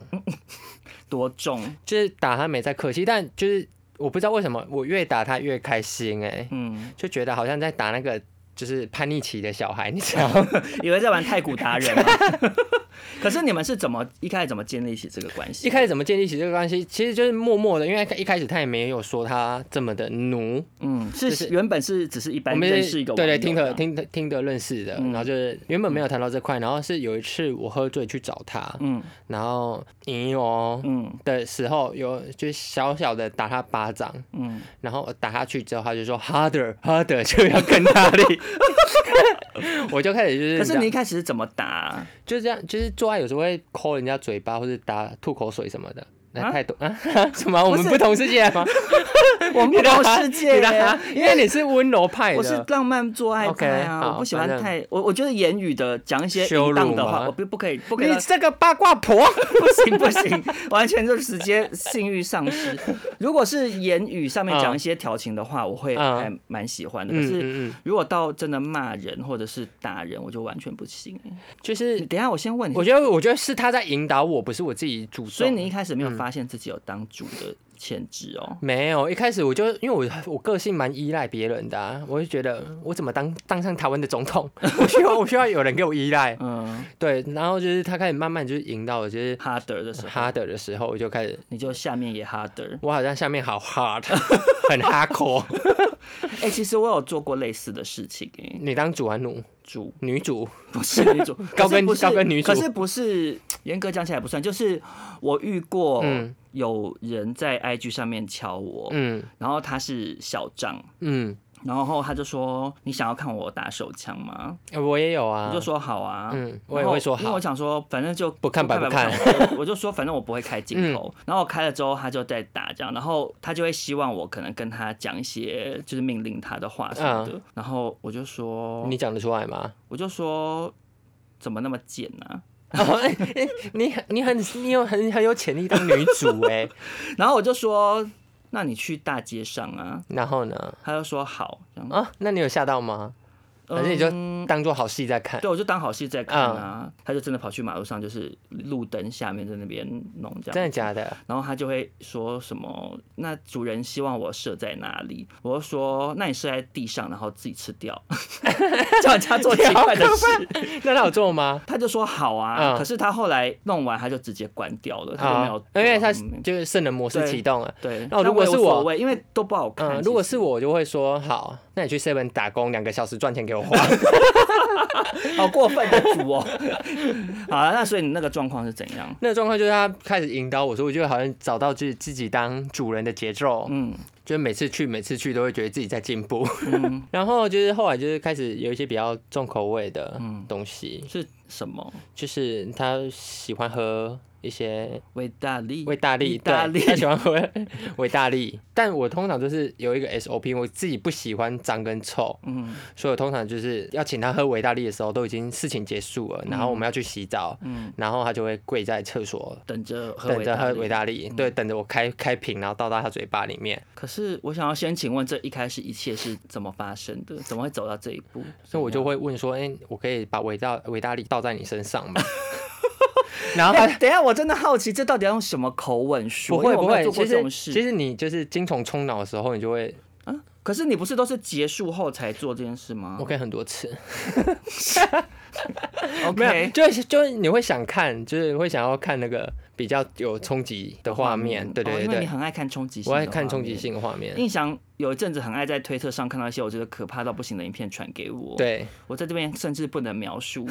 多重？就是打他没在客气，但就是我不知道为什么我越打他越开心、哎，嗯，就觉得好像在打那个。就是叛逆期的小孩，你知道吗？以为在玩太古达人吗？ 可是你们是怎么一开始怎么建立起这个关系？一开始怎么建立起这个关系？其实就是默默的，因为一开始他也没有说他这么的奴，嗯，就是是原本是只是一我般们认识一个对对网友听这的样，听的听的认识的，嗯然后就是原本没有谈到这块，然后是有一次我喝醉去找他，嗯然后赢哦嗯的时候有就小小的打他巴掌，嗯，然后我打下去之后他就说 harder harder 就要更大力， 我就开始就是可是你一知道开始是怎么打？就这样就是做爱有时候会抠人家嘴巴或者打吐口水什么的。那啊太多啊？ 什么？我们不不是同世界吗？ 我们不同世界你的啊耶，因为你是温柔派的，我是浪漫做爱 OK，派啊，好我不喜反欢正太我我觉得言语的讲一些羞淫荡辱的话，吗我不不可以不 可以你这个八卦婆。不行不行， 完全就直接性欲丧失。 如果是言语上面讲一些调情的话，我会嗯还蛮喜欢的。可嗯是嗯嗯，如果到真的骂人或者是打人，我就完全不行。就是你等一下我先问你我，觉得，我觉得是他在引导我，不是我自己主动。所以你一开始没有发现自己有当主的潜质哦。没有一开始我就因为我我个性蛮依赖别人的、啊，我就觉得我怎么当当上台湾的总统， 我需要我需要有人给我依赖。嗯对，然后就是他开始慢慢就是引导我，就是 harder 的时候， harder 的时候，我就开始你就下面也 harder。 我好像下面好 hard，很 hardcore。哎、其实我有做过类似的事情、哎，你当主还奴主女主 不是女主， 高跟可是不是高跟女主可是不是严格讲起来不算，就是我遇过嗯有人在 IG 上面敲我，嗯然后他是小张。嗯，然后他就说：“你想要看我打手枪吗？”我也有啊，我就说好啊，嗯我然也后会说因为好我想说反正就不看白不看嗯不看 白不看我就说反正我不会开镜头，然后我开了之后他就在打这样，然后他就会希望我可能跟他讲一些就是命令他的话什么的，然后我就说嗯你讲得出来吗？ 我就说怎么那么贱呢、啊？ 哦哎哎你你很你有很很有潜力当女主哎、然后我就说那你去大街上啊， 然后呢？他就说好，这样啊，那你有吓到吗？反正你就嗯当做好戏在看。对，我就当好戏在看嗯啊，他就真的跑去马路上，就是路灯下面在那边弄这样，真的假的？然后他就会说什么，那主人希望我射在哪里？我就说，那你射在地上，然后自己吃掉， 叫人家做奇怪的事。那他有做吗？他就说好啊，嗯可是他后来弄完他就直接关掉了，他就没啊有，因为他做嗯就是圣人模式启动了。对。那如果但是也无所我谓因为都不好看。嗯，其如果实是我，我就会说好，那你去 seven 打工两个小时赚钱给我花。好过分的主哦。 好了，那所以你那个状况是怎样？那个状况就是他开始引导我，所以我就好像找到自己自己当主人的节奏，嗯就是每次去每次去都会觉得自己在进步。嗯， 然后就是后来就是开始有一些比较重口味的嗯东西，是什么？就是他喜欢喝一些伟大力，伟大力，意大对利他喜欢伟伟大力，但我通常就是有一个 SOP，我自己不喜欢脏跟臭，嗯所以我通常就是要请他喝伟大力的时候，都已经事情结束了，然后我们要去洗澡，嗯，然后他就会跪在厕所等着喝等着喝力伟大力，嗯对，等着我开开瓶，然后倒到他嘴巴里面。可是我想要先请问，这一开始一切是怎么发生的？怎么会走到这一步？所以嗯我就会问说，哎、我可以把伟大伟大力倒在你身上 吗？然后他。 等一下，我真的好奇，这到底要用什么口吻说？不会因为哎我不没会，有做过其这种实事。其实你就是精虫充脑的时候，你就会啊，可是你不是都是结束后才做这件事吗我可以很多次，没有， ？OK， 就是就是你会想看，就是会想要看那个比较有冲击的画面，对哦对因为对对，你很爱看冲击性，我爱看冲击。性的画面，印象有一阵子很爱在推特上看到一些我觉得可怕到不行的影片传给我，，对，我在这边甚至不能 描述，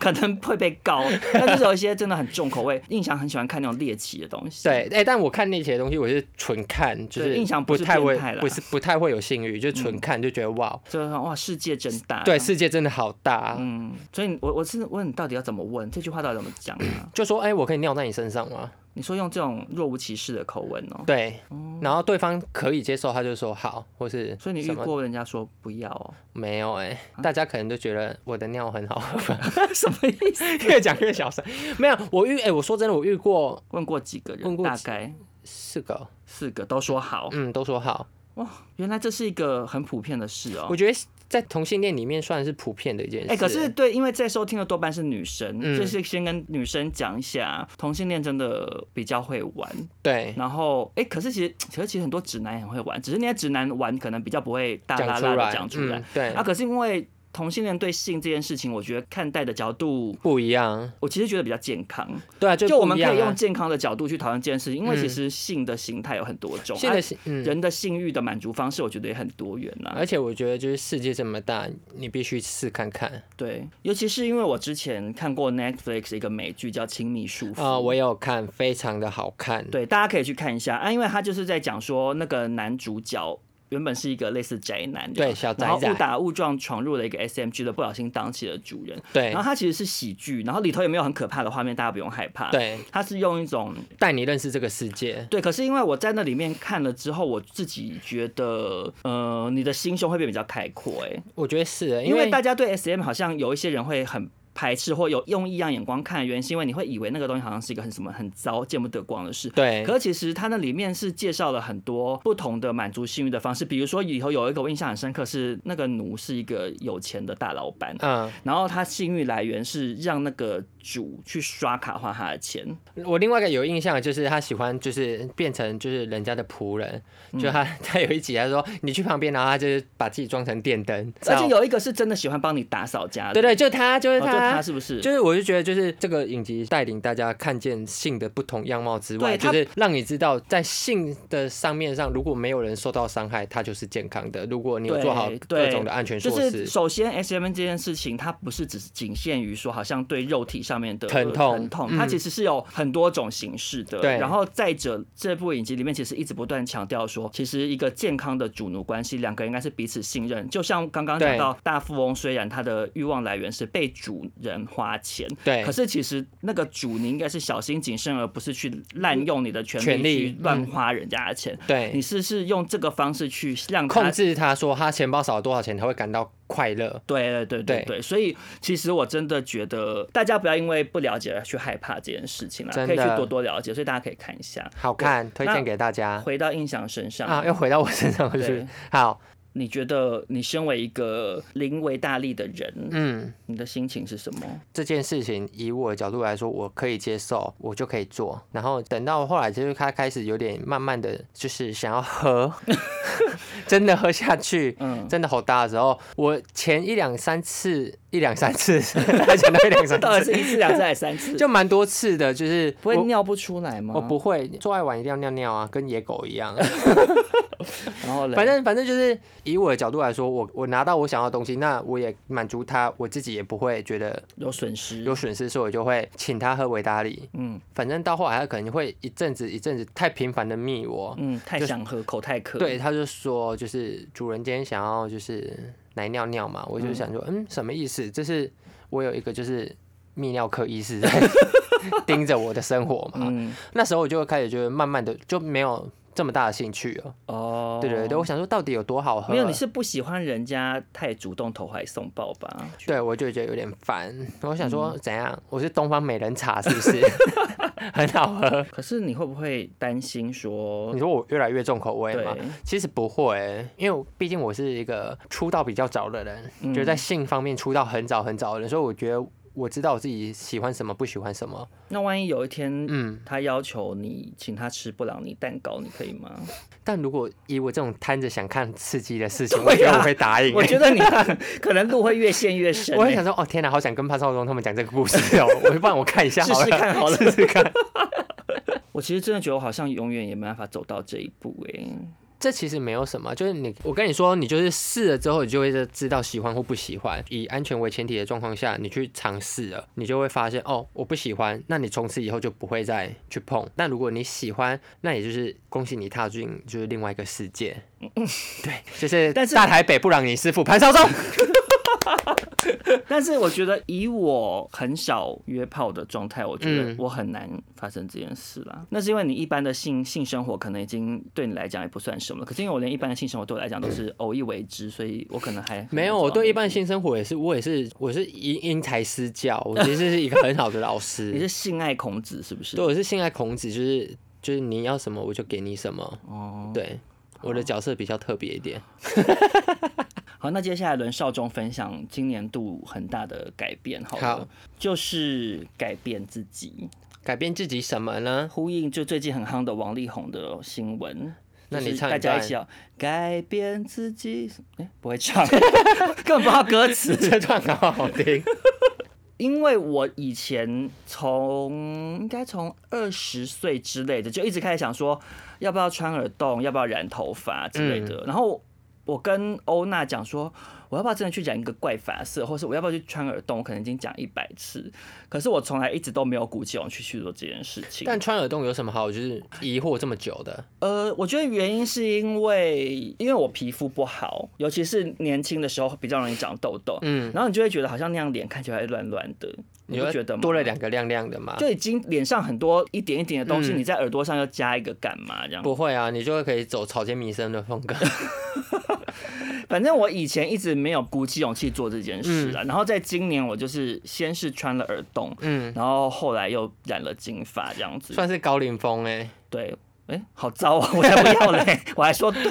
可能会被告。但就是有一些真的很重口味，印象很喜欢看那种猎奇的东西。对，哎、但我看那些东西，我是纯看，就对是印象不不是太变会态，啦嗯不是不太会有性欲，就纯看就觉得哇，就是说哇，世界真大。对，世界真的好大，？嗯，所以我我是问你到底要怎么问这句话到底怎么讲啊就说哎、我可以尿在你身上吗？你说用这种若无其事的口吻哦、对，然后对方可以接受，他就说好，或是所以你遇什么过人家说不 要哦、没有哎、大家可能都觉得我的尿很好 喝吧，什么意思？越讲越小声。没有，我遇哎、我说真的，我遇过问过几个人？问过大几概四个，四个都说好。嗯，都说好。哇，原来这是一个很普遍的事哦、我觉得在同性恋里面算是普遍的一件事。哎、可是对，因为在收听的多半是女生，嗯就是先跟女生讲一下，同性恋真的比较会玩。对然后，哎、可是其实，可是其实很多直男也很会玩，只是那些直男玩可能比较不会大讲啦出啦来，的讲出来嗯。、对、啊，可是因为同性恋对性这件事情，我觉得看待的角度，不一样，我其实觉得比较健康。对啊，就就我们不一样可以啊用健康的角度去讨论这件事情，因为嗯其实性的形态有很多种，现啊在是嗯。人的性欲的满足方式，我觉得也很多元啊啦、而且我觉得，就是世界这么大，你必须试看看对，尤其是因为我之前看过 Netflix 一个美剧叫《亲密束缚》啊、我也有看，非常的好看。对，大家可以去看一下啊，因为他就是在讲说那个男主角。原本是一个类似宅男这样，对小宅然后宅误打误撞闯入了一个 S M G 的，不小心当起了主人。对然后它其实是喜剧，然后里头也没有很可怕的画面，大家不用害怕。，对，它是用一种带你认识这个世界。对，可是因为我在那里面看了之后，我自己觉得，呃，你的心胸会变比较开阔，哎，我觉得是的，因为为大家对 S M 好像有一些人会很。排斥或有用异样眼光看，原因是因为你会以为那个东西好像是一个很什么很糟、见不得光的事。对可是其实它那里面是介绍了很多不同的满足性欲的方式，比如说里头有一个我印象很深刻是那个奴是一个有钱的大老板，嗯，然后他性欲来源是让那个主去刷卡花他的钱，我另外一个有印象的就是他喜欢就是变成就是人家的仆人，嗯就他 他有一集他说你去旁边，然后他就是把自己装成电灯，而然且后有一个是真的喜欢帮你打扫家里，对对，就他就是哦，他。就他是不是？就是，我就觉得，就是这个影集带领大家看见性的不同样貌之外，对他就是让你知道，在性的上面上，如果没有人受到伤害，它就是健康的。如果你有对做好各对种的安全就措是施，首先 S M 这件事情，它不是只是仅限于说好像对肉体上面的疼痛疼痛，嗯它其实是有很多种形式的。对然后再者，这部影集里面其实一直不断强调说，其实一个健康的主奴关系，两个人应该是彼此信任。就像刚刚讲对到大富翁，虽然他的欲望来源是被主人花钱，对可是其实那个主你应该是小心谨慎，而不是去滥用你的权权利利去乱花人家的钱。你对，是是用这个方式去让他控制他说他钱包少了多少钱，他会感到快乐。对对对对对对，所以其实我真的觉得大家不要因为不了解而去害怕这件事情啦，真可的以去多多了解，所以大家可以看一下。好看，推那荐给大家回到印象身上，啊！又回到我身上了，是不对是？好，你觉得你身为一个临危大利的人，嗯，你的心情是什么？这件事情以我的角度来说，我可以接受，我就可以做。然后等到后来，就是他开始有点慢慢的就是想要喝， 真的喝下去，嗯真的好大的时候，我前一两三次，一两三 次，他讲到一两三到底次，是一次、两次还是三次？ 就蛮多次的，就是不会我。尿不出来吗？我不，会做爱完一定要尿尿啊，跟野狗一样。然后嘞反正反正就是以我的角度来说，我我拿到我想要的东西，那我也满足他，我自己也不会觉得有损失，有损失，所以我就会请他喝维达利。嗯反正到后来他可能会一阵子一阵子太频繁的密我，嗯，太就是想喝，口太渴，对，，他就说就是主人今天想嗯要就是来尿尿嘛，我就想说嗯什么意思？这是我有一个就是泌尿科医 师在盯着我的生活嘛。嗯，那时候我就开始觉得慢慢的就没有这么大的兴趣了。哦，对对对，我想说到底有多好喝？啊没有，你是不喜欢人家太主动投怀送抱吧？对我就觉得有点烦。我想嗯说怎样？我是东方美人茶是不是？ 很好喝。可是你会不会担心说你，说我越来越重口味对吗？其实不会、因为我毕竟我是一个出道比较早的人，嗯就是在性方面出道很早很早的人，所以我觉得我知道我自己喜欢什么，不喜欢什么。那万一有一天，嗯，他要求你请他吃布朗尼蛋糕，你可以吗？但如果以我这种摊着想看刺激的事情，对啊我觉得我会答应、欸我觉得你看，可能路会越陷越深、欸。 我会想说，哦天哪，好想跟潘少忠他们讲这个故事哦，我帮我看一下好了，试试看好 了试试看。我其实真的觉得我好像永远也没办法走到这一步哎、这其实没有什么，就是你，我跟你说，你就是试了之后，你就会知道喜欢或不喜欢。以安全为前提的状况下，你去尝试了，你就会发现，哦，我不喜欢，那你从此以后就不会再去碰。那如果你喜欢，那也就是恭喜你踏进就是另外一个世界。对，嗯 就是但是大台北布朗尼师傅潘少忠。但是我觉得以我很少约炮的状态，我觉得嗯我很难发生这件事啦。那是因为你一般的性性生活可能已经对你来讲也不算什么了，可是因为我连一般的性生活对我来讲都是偶一为之，所以我可能还 没有，我对一般性生活也是，我也是，我是因因材施教，我其实是一个很好的老 师。你是性爱孔子是不是？对，我是现在孔子，就是就是你要什么我就给你什么。哦，对，我的角色比较特别一点。好，那接下来轮少中分享今年度很大的改变好了，好就是改变自己，改变自己什么 呢？呼应就最近很夯的王力宏的新闻。那你就是唱一大家一段起要改变自己，哎、不 会唱，根本不知道歌词。这段好好 听。因为我以前从应该从二十岁之类的，就一直开始想说，要不要穿耳洞，要不要染头发之类嗯的。然后我跟欧娜讲说，我要不要真的去染一个怪发色，或是我要不要去穿耳洞？我可能已经讲一百次，可是我从来一直都没有鼓起勇气去做这件事情。但穿耳洞有什么好？就是疑惑这么久的。呃，我觉得原因是因为因为我皮肤不好，尤其是年轻的时候比较容易长痘痘，嗯，然后你就会觉得好像那样脸看起来乱乱的，你就会觉得吗多了两个亮亮的嘛？就已经脸上很多一点一点的东西，嗯你在耳朵上要加一个干嘛这样？不会啊，你就会可以走草间弥生的风 格。反正我以前一直没有鼓起勇气做这件事啊，然后在今年我就是先是穿了耳洞，嗯，然后后来又染了金发这样子，算是高龄风哎、对。哎、好糟啊！我才不要 嘞！我还说对，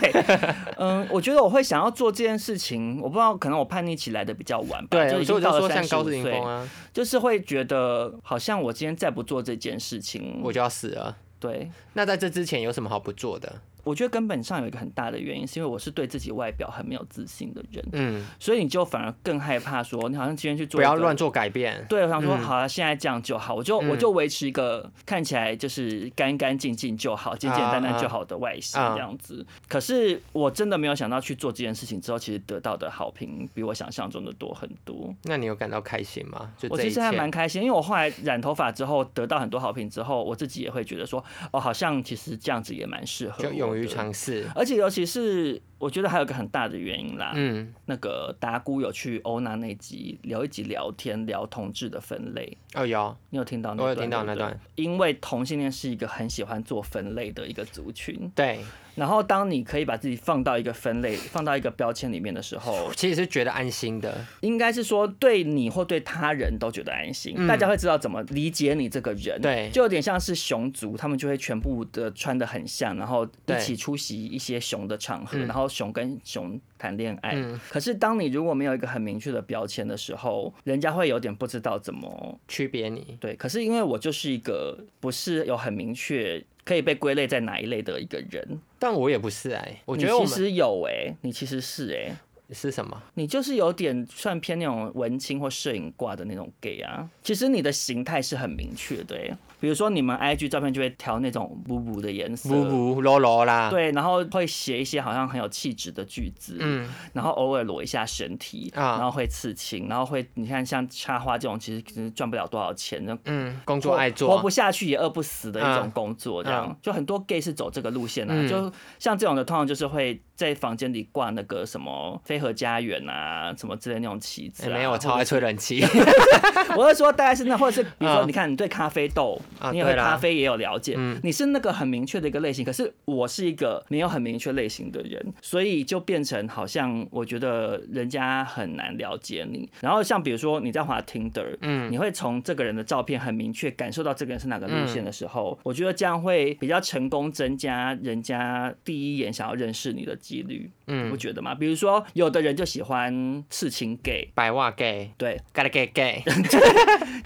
嗯，我觉得我会想要做这件事情，我不知道，可能我叛逆起来的比较晚吧，对，啊所就已以我就经到说了像三十高五龄岁风，啊，就是会觉得好像我今天再不做这件事情，我就要死了。对那在这之前有什么好不做的？我觉得根本上有一个很大的原因，是因为我是对自己外表很没有自信的人，嗯，所以你就反而更害怕说，你好像今天去做不要一个乱。做改变。对，我想说，嗯好了、啊现在这样就好，我就、我就维持一个看起来就是干干净净就好、简简单单就好的外形啊啊啊这样子。可是我真的没有想到去做这件事情之后，其实得到的好评比我想象中的多很多。那你有感到开心吗？就我这其一实切。还蛮开心，因为我后来染头发之后得到很多好评之后，我自己也会觉得说，哦，好像其实这样子也蛮适合我就的，勇于尝试。而且尤其是我觉得还有一个很大的原因啦，嗯，那个达姑有去欧娜那集聊一集聊天，聊同志的分类。哦有，你有听到那我段？有听到对那不对段。因为同性恋是一个很喜欢做分类的一个族群，对，然后当你可以把自己放到一个分类、放到一个标签里面的 时候我，其实是觉得安心的。应该是说对你或对他人都觉得安心，嗯大家会知道怎么理解你这个人。对就有点像是熊族，他们就会全部的穿的很像，然后一对起出席一些熊的场合，嗯然后熊跟熊谈恋爱。嗯可是当你如果没有一个很明确的标签的时候，人家会有点不知道怎么区别你。对。可是因为我就是一个不是有很明确。可以被归类在哪一类的一个人？但我也不是哎、我我觉得我其们实有哎、你其实是哎、是什么？你就是有点算偏那种文青或摄影挂的那种 gay 啊。其实你的形态是很明确的、欸，比如说你们 IG 照片就会调那种补补的颜色，不不啰啰啦。，对，然后会写一些好像很有气质的句子，嗯，然后偶尔裸一下身体，啊然后会刺青，然后会你看像插花这种，其实其实赚不了多少钱，那嗯，工作爱活活不做，下去也饿不死的一种工作，这样、嗯就很多 gay 是走这个路线啊，嗯就像这种的，通常就是会在房间里挂那个什么飞合家园啊什么之类那种旗子、哎啊没有，我超爱吹冷 气。 我是说，大概是那，或者是比如说，嗯你看你对咖啡豆，啊你也对会啦咖啡也有了解嗯，你是那个很明确的一个类型。可是我是一个没有很明确类型的人，所以就变成好像我觉得人家很难了解你。然后像比如说你在滑 Tinder，嗯，你会从这个人的照片很明确感受到这个人是哪个路线的时候，我觉得这样会比较成功增加人家第一眼想要认识你的几率，嗯，不觉得吗？比如说有的人就喜欢刺青 gay，白袜 gay，gotta 对， get gay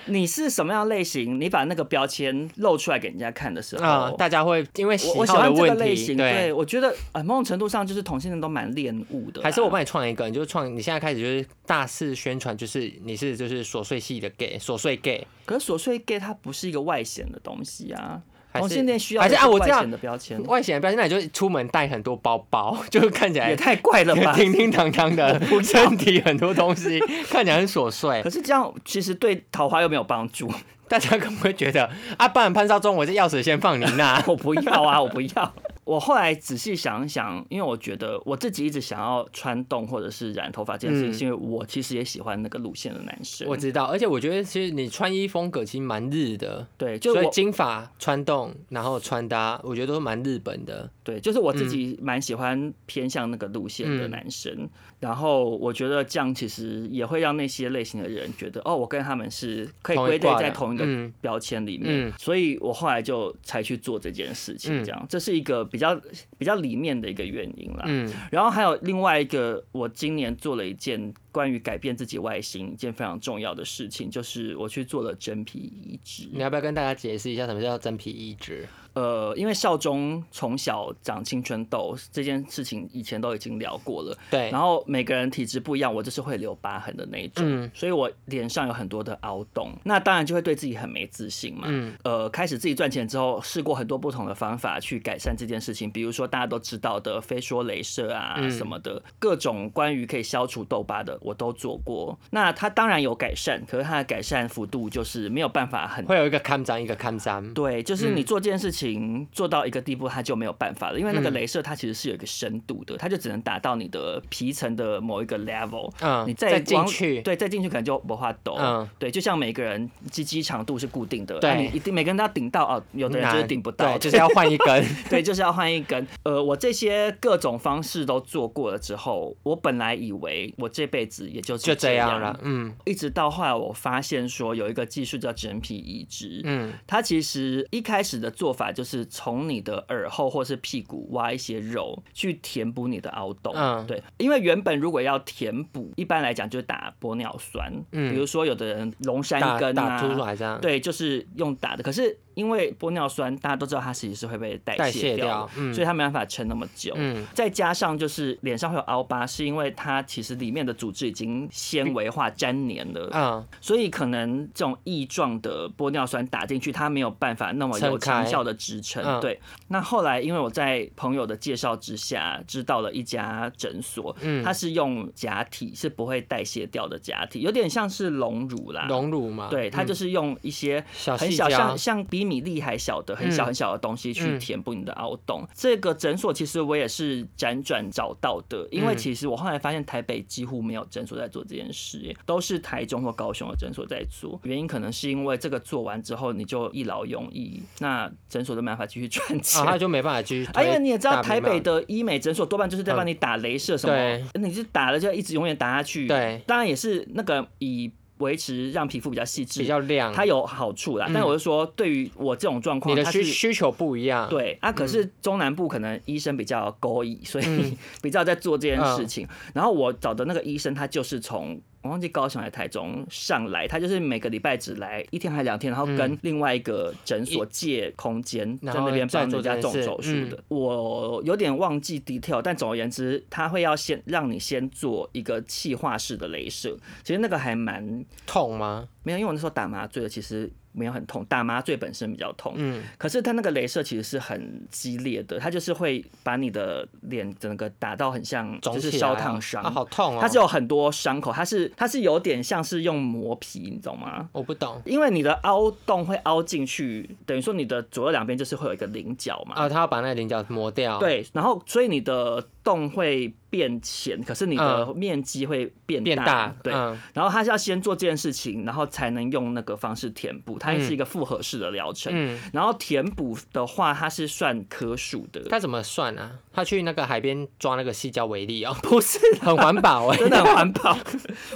你是什么样类型，你把那个标签露出来给人家看的时候，啊、大家会因为喜我我喜好的欢这个问类题，型，对对，我觉得呃某种程度上就是同性恋都蛮恋物的啦，还是我帮你创一个，你就创，你现在开始就是大肆宣传，就是你是就是琐碎系的 gay，琐碎 gay，可是琐碎 gay 它不是一个外显的东西啊，还是同性恋需要还是啊我外知道显的 标签，外显的标签，那你就出门带很多包包， 就看起来也太怪 了吧。叮叮当当的，身体很多东西 看起来很琐 碎可，是这样其实对桃花又没有帮助，。大家可能会觉得啊，不然潘少忠，我这钥匙先放你那 我不要啊，我不要。 我后来仔细想一想，因为我觉得我自己一直想要穿洞或者是染头发这件事情，嗯是因为我其实也喜欢那个路线的男生。我知道，而且我觉得其实你穿衣风格其实蛮日的，对，就所我以金发、穿洞，然后穿搭，我觉得都是蛮日本的。对，就是我嗯自己蛮喜欢偏向那个路线的男生，然后我觉得这样其实也会让那些类型的人觉得，哦，我跟他们是可以同一归类挂的在同一个嗯标签里面，嗯所以我后来就才去做这件事情，这样、这是一个比较比较里面的一个原因啦。嗯，然后还有另外一个，我今年做了一件关于改变自己外形一件非常重要的事情，就是我去做了真皮移植。你要不要跟大家解释一下什么叫真皮移植？呃，因为少中从小长青春痘这件事情，以前都已经聊过了。对然，后每个人体质不一样，我就是会留疤痕的那一种，嗯所以我脸上有很多的凹洞，那当然就会对自己很没自信嘛。嗯呃，开始自己赚钱之后，试过很多不同的方法去改善这件事情，比如说大家都知道的非说镭射啊嗯什么的，各种关于可以消除痘疤的我都做过。那它当然有改善，可是它的改善幅度就是没有办法很会有一个看章，一个看章。对，就是嗯你做这件事情、做到一个地步，它就没有办法了，因为嗯那个镭射它其实是有一个深度的，它就只能达到你的皮层的某一个 level。嗯，你再进往去，对，再进去可能就不化抖。嗯对，就像每个人鸡鸡长度是固定的，对啊你一定每个人都要顶到哦，有的人就是 难顶不到，对，就是要换一根。对，就是要换一根。呃，我这些各种方式都做过了之后，我本来以为我这辈子也就是就这样样了。嗯一直到后来，我发现说有一个技术叫真皮移植，嗯，它其实一开始的做法就是从你的耳后或是屁股挖一些肉去填补你的凹洞。嗯对，因为原本如果要填补，一般来讲就是打玻尿酸，嗯比如说有的人龙山打根打啊，出来这样。，对，就是用打的。可是因为玻尿酸，大家都知道它其实是会被代代谢谢掉的，掉嗯所以它没办法撑那么久。嗯再加上就是脸上会有凹疤，是因为它其实里面的组织已经纤维化粘黏了，嗯，所以可能这种异状的玻尿酸打进去，它没有办法那么有撑开长效的支撑。嗯对，那后来因为我在朋友的介绍之下，知道了一家诊所，嗯它是用假体，是不会代谢掉的假体，有点像是隆乳啦，隆乳嘛。啊对，它嗯就是用一些小很细小，像胶。像比米粒还小的很小嗯很小的东西去嗯填补你的凹洞。这个诊所其实我也是辗转找到的，因为嗯其实我后来发现台北几乎没有诊所在做这件事，耶都是台中或高雄的诊所在做。原因可能是因为这个做完之后你就一劳永逸，那诊所都没办法继续 赚钱。啊，他就没办法继续推大啊，屏因嘛。为你也知道，台北的医美诊所多半就是在帮你打镭射什么，呃对你是打了就一直永远打下去。对当然也是那个以维持让皮肤比较细致、比较亮，它有好处啦。嗯但我就说，对于我这种状你况，的它需是。需求嗯不一样。，对啊，可是中南部可能医生比较勾引，所嗯以 比较在做这件事情。然后我找的那个医生，他就是从我忘记高雄还是台中上来，他就是每个礼拜只来一天还两天，然后嗯跟另外一个诊所借空间，在然后那边再帮做人家这件动事手术嗯的。我有点忘记 detail，但总而言之，他会要先让你先做一个气化式的镭射，其实那个还蛮痛吗？没有，因为我那时候打麻醉了，其实没有很痛，打麻醉本身比较痛。嗯，可是它那个镭射其实是很激烈的，它就是会把你的脸整个打到很像肿就起是来烧哦烫伤，啊，好痛哦。它是有很多伤口，它是它是有点像是用磨皮，你懂吗？我不懂因为你的凹洞会凹进去，等于说啊你的左右两边就是会有一个棱角嘛。啊，他要把那个菱角磨掉。，对，然后所以你的洞会变浅，可是你的面积会嗯变变大，对，嗯然后他是要先做这件事情，然后才能用那个方式填补，它是一个复合式的疗程。嗯，然后填补的话，它是算颗数 的，他怎么算啊？他去那个海边抓那个细胶为例哦，不是很环 保哎、真的很环保。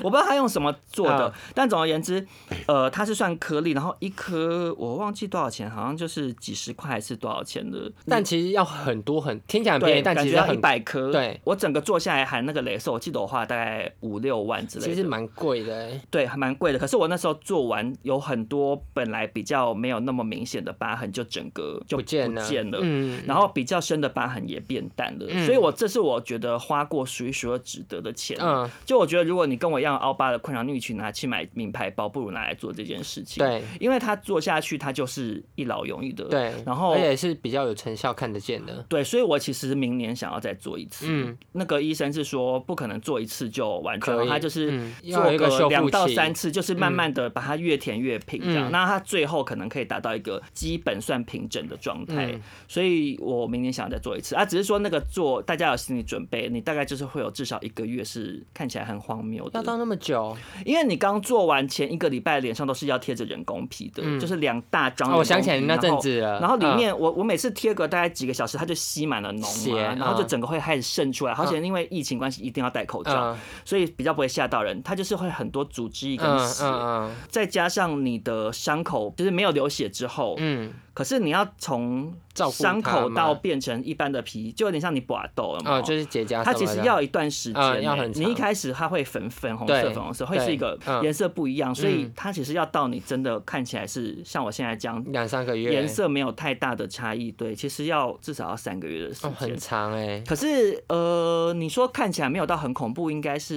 我不知道它用什么做 啊的，但总而言之，呃，它是算颗粒，然后一颗我忘记多少钱，好像就是几十块还是多少钱的。但其实要很多很听起来很便对，宜，但感其觉实要一很百颗。对，我整个做下来含那个镭射，我记得我花大概五六万之类的，其实蛮贵的、欸。对，还蛮贵的。可是我那时候做完，有很多本来比较没有那么明显的疤痕，就整个就不见了见了嗯然后比较深的疤痕也变淡了。所以我这是我觉得花过数一数二值得的钱。嗯，就我觉得如果你跟我一样有凹疤的困扰，你与其拿去买名牌包，不如拿来做这件事情。，对因为它做下去，它就是一劳永逸的。对，然后而且是比较有成效看得见的。对，所以我其实明年想要再做一次。嗯，那个医生是说不可能做一次就完全可好，以他就是嗯要有做一个修复两到期三次，就是慢慢的把它越填越平这样。嗯那它最后可能可以达到一个基本算平整的状态。嗯所以我明年想再做一次啊，只是说那个做大家有心理准备，你大概就是会有至少一个月是看起来很荒谬要到的，那么久，因为你刚做完前一个礼拜脸上都是要贴着人工皮的，嗯就是两大张人哦，工皮。我想起来那然后阵子了。然后里嗯面我我每次贴个大概几个小时，它就吸满了脓血嘛，然后就嗯整个会开始渗出来。好险，因为疫情关系一定要戴口罩，嗯所以比较不会吓到人。它就是会很多组织液跟嗯血，嗯再加上你的伤口就是没有流血之后，嗯可是你要从照顾它伤口到嘛变成一般的皮，就有点像你刮痘了嗯，嘛。哦，就是结痂什么的。它其实要一段时间、嗯欸要很长你一开始它会粉粉红色、对粉红色，会是一个对嗯颜色不一样，所以嗯它其实要到你真的看起来是像我现在这样两三个月，颜色没有太大的差异，对，其实要至少要三个月的时哦间。很长哎。可是呃，你说看起来没有到很恐怖，应该是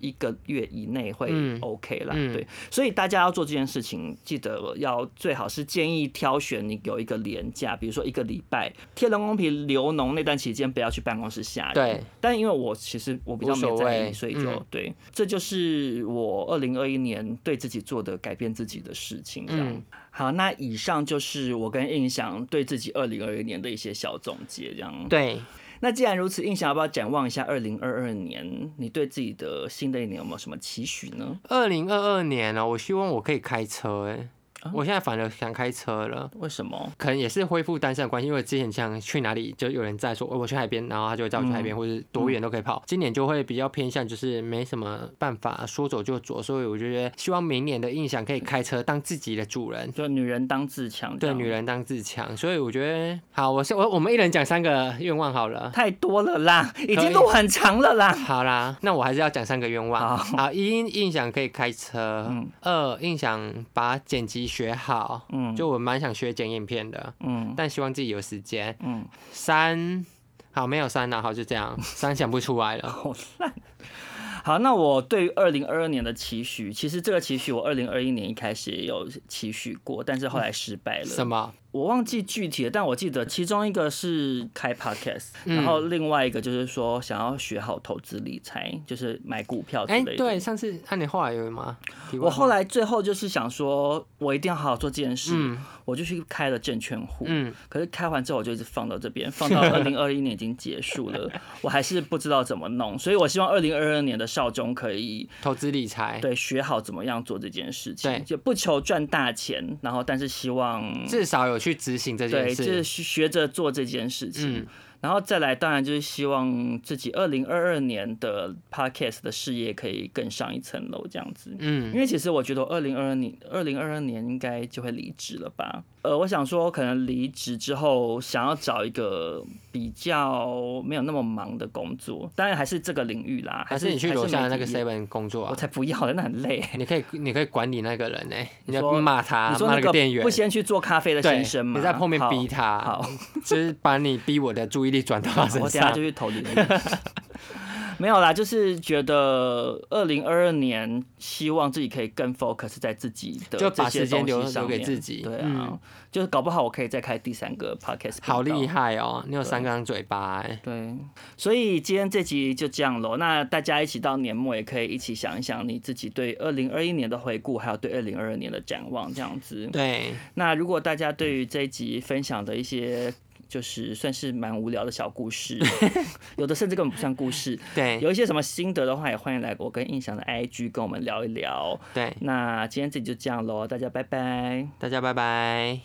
一个月以内会嗯 OK 啦，嗯对。所以大家要做这件事情，记得要最好是建议挑选你有一个廉价，比如说一个礼拜贴人工皮流脓那段期间，不要去办公室吓人。对。但因为我其实我比较没有无所在谓意，所以就、嗯对，这就是我二零二一年对自己做的改变自己的事情，这样。嗯好，那以上就是我跟印象对自己二零二一年的一些小总结，这样。对，那既然如此，印象要不要展望一下二零二二年？你对自己的新的一年有没有什么期许呢？二零二二年哦，我希望我可以开车哎，啊我现在反而想开车了。为什么？可能也是恢复单身的关系，因为之前像去哪里就有人在说，哦我去海边，然后他就会带我去嗯海边，或者多远都可以跑。今年就会比较偏向就是没什么办法，说走就走，所以我觉得希望明年的印象可以开车当自己的主人。就女人当自强，对，女人当自强，所以我觉得好，我是我我们一人讲三个愿望好了。太多了啦，已可经以录很长了啦。好啦，那我还是要讲三个愿望。好好，一印象可以开车，嗯二印象把剪辑学好，嗯，就我蛮想学剪影片的，嗯但希望自己有时间。嗯，三，好，没有三了，好，就这样，三想不出来了。好烂。好，那我对于二零二二年的期许，其实这个期许我二零二一年一开始也有期许过，但是后来失败了。什么？我忘记具体了，但我记得其中一个是嗯开 podcast，、然后另外一个就是说想要学好投资理财，就是买股票之哎、类的。对，上次那、你后来有吗？题外我话后，来最后就是想说，我一定要好好做这件事，嗯我就去开了证券户。嗯，可是开完之后，我就一直放到这 边，放到二零二一年已经结束了，我还是不知道怎么弄，所以我希望二零二二年的少中可以投资理财，，对学好怎么样做这件事对情，就不求赚大钱，然后但是希望至少有去执行这件对，就是事。学学着做这件事情。嗯然后再来，当然就是希望自己二零二二年的 podcast 的事业可以更上一层楼，这样子。因嗯，为其实我觉得二零二二年，二零二二年应该就会离职了吧？呃，我想说，可能离职之后想要找一个比较没有那么忙的工作，当然还是这个领域啦，还是是你去楼下的那个谁？ seven 工作我啊？才不要的，那很累。哎你可以，你可以管理那个人呢、你要说骂他你，说骂那啊那个店员，不先去做咖啡的对先生吗？你在后面好逼他，好， 就是把你逼我的注意力转到 他啊我身等下上就。去投简历。 没有啦，就是觉得二零二二年，希望自己可以更 focus 在自己的就把这些时间东西留上留给面自己对啊，嗯就是搞不好我可以再开第三个 podcast。好厉！害哦，你有三张嘴巴哎、对，所以今天这集就这样喽。那大家一起到年末也可以一起想一想你自己对二零二一年的回顾，还有对二零二二年的展望这样子。对，那如果大家对于这一集分享的一些就是算是蛮无聊的小 故事，有的甚至根本不算故事。对有一些什么心得的话，也欢迎来我跟印象的 IG 跟我们聊一聊。对，那今天这集就这样喽，大家拜拜。大家拜拜。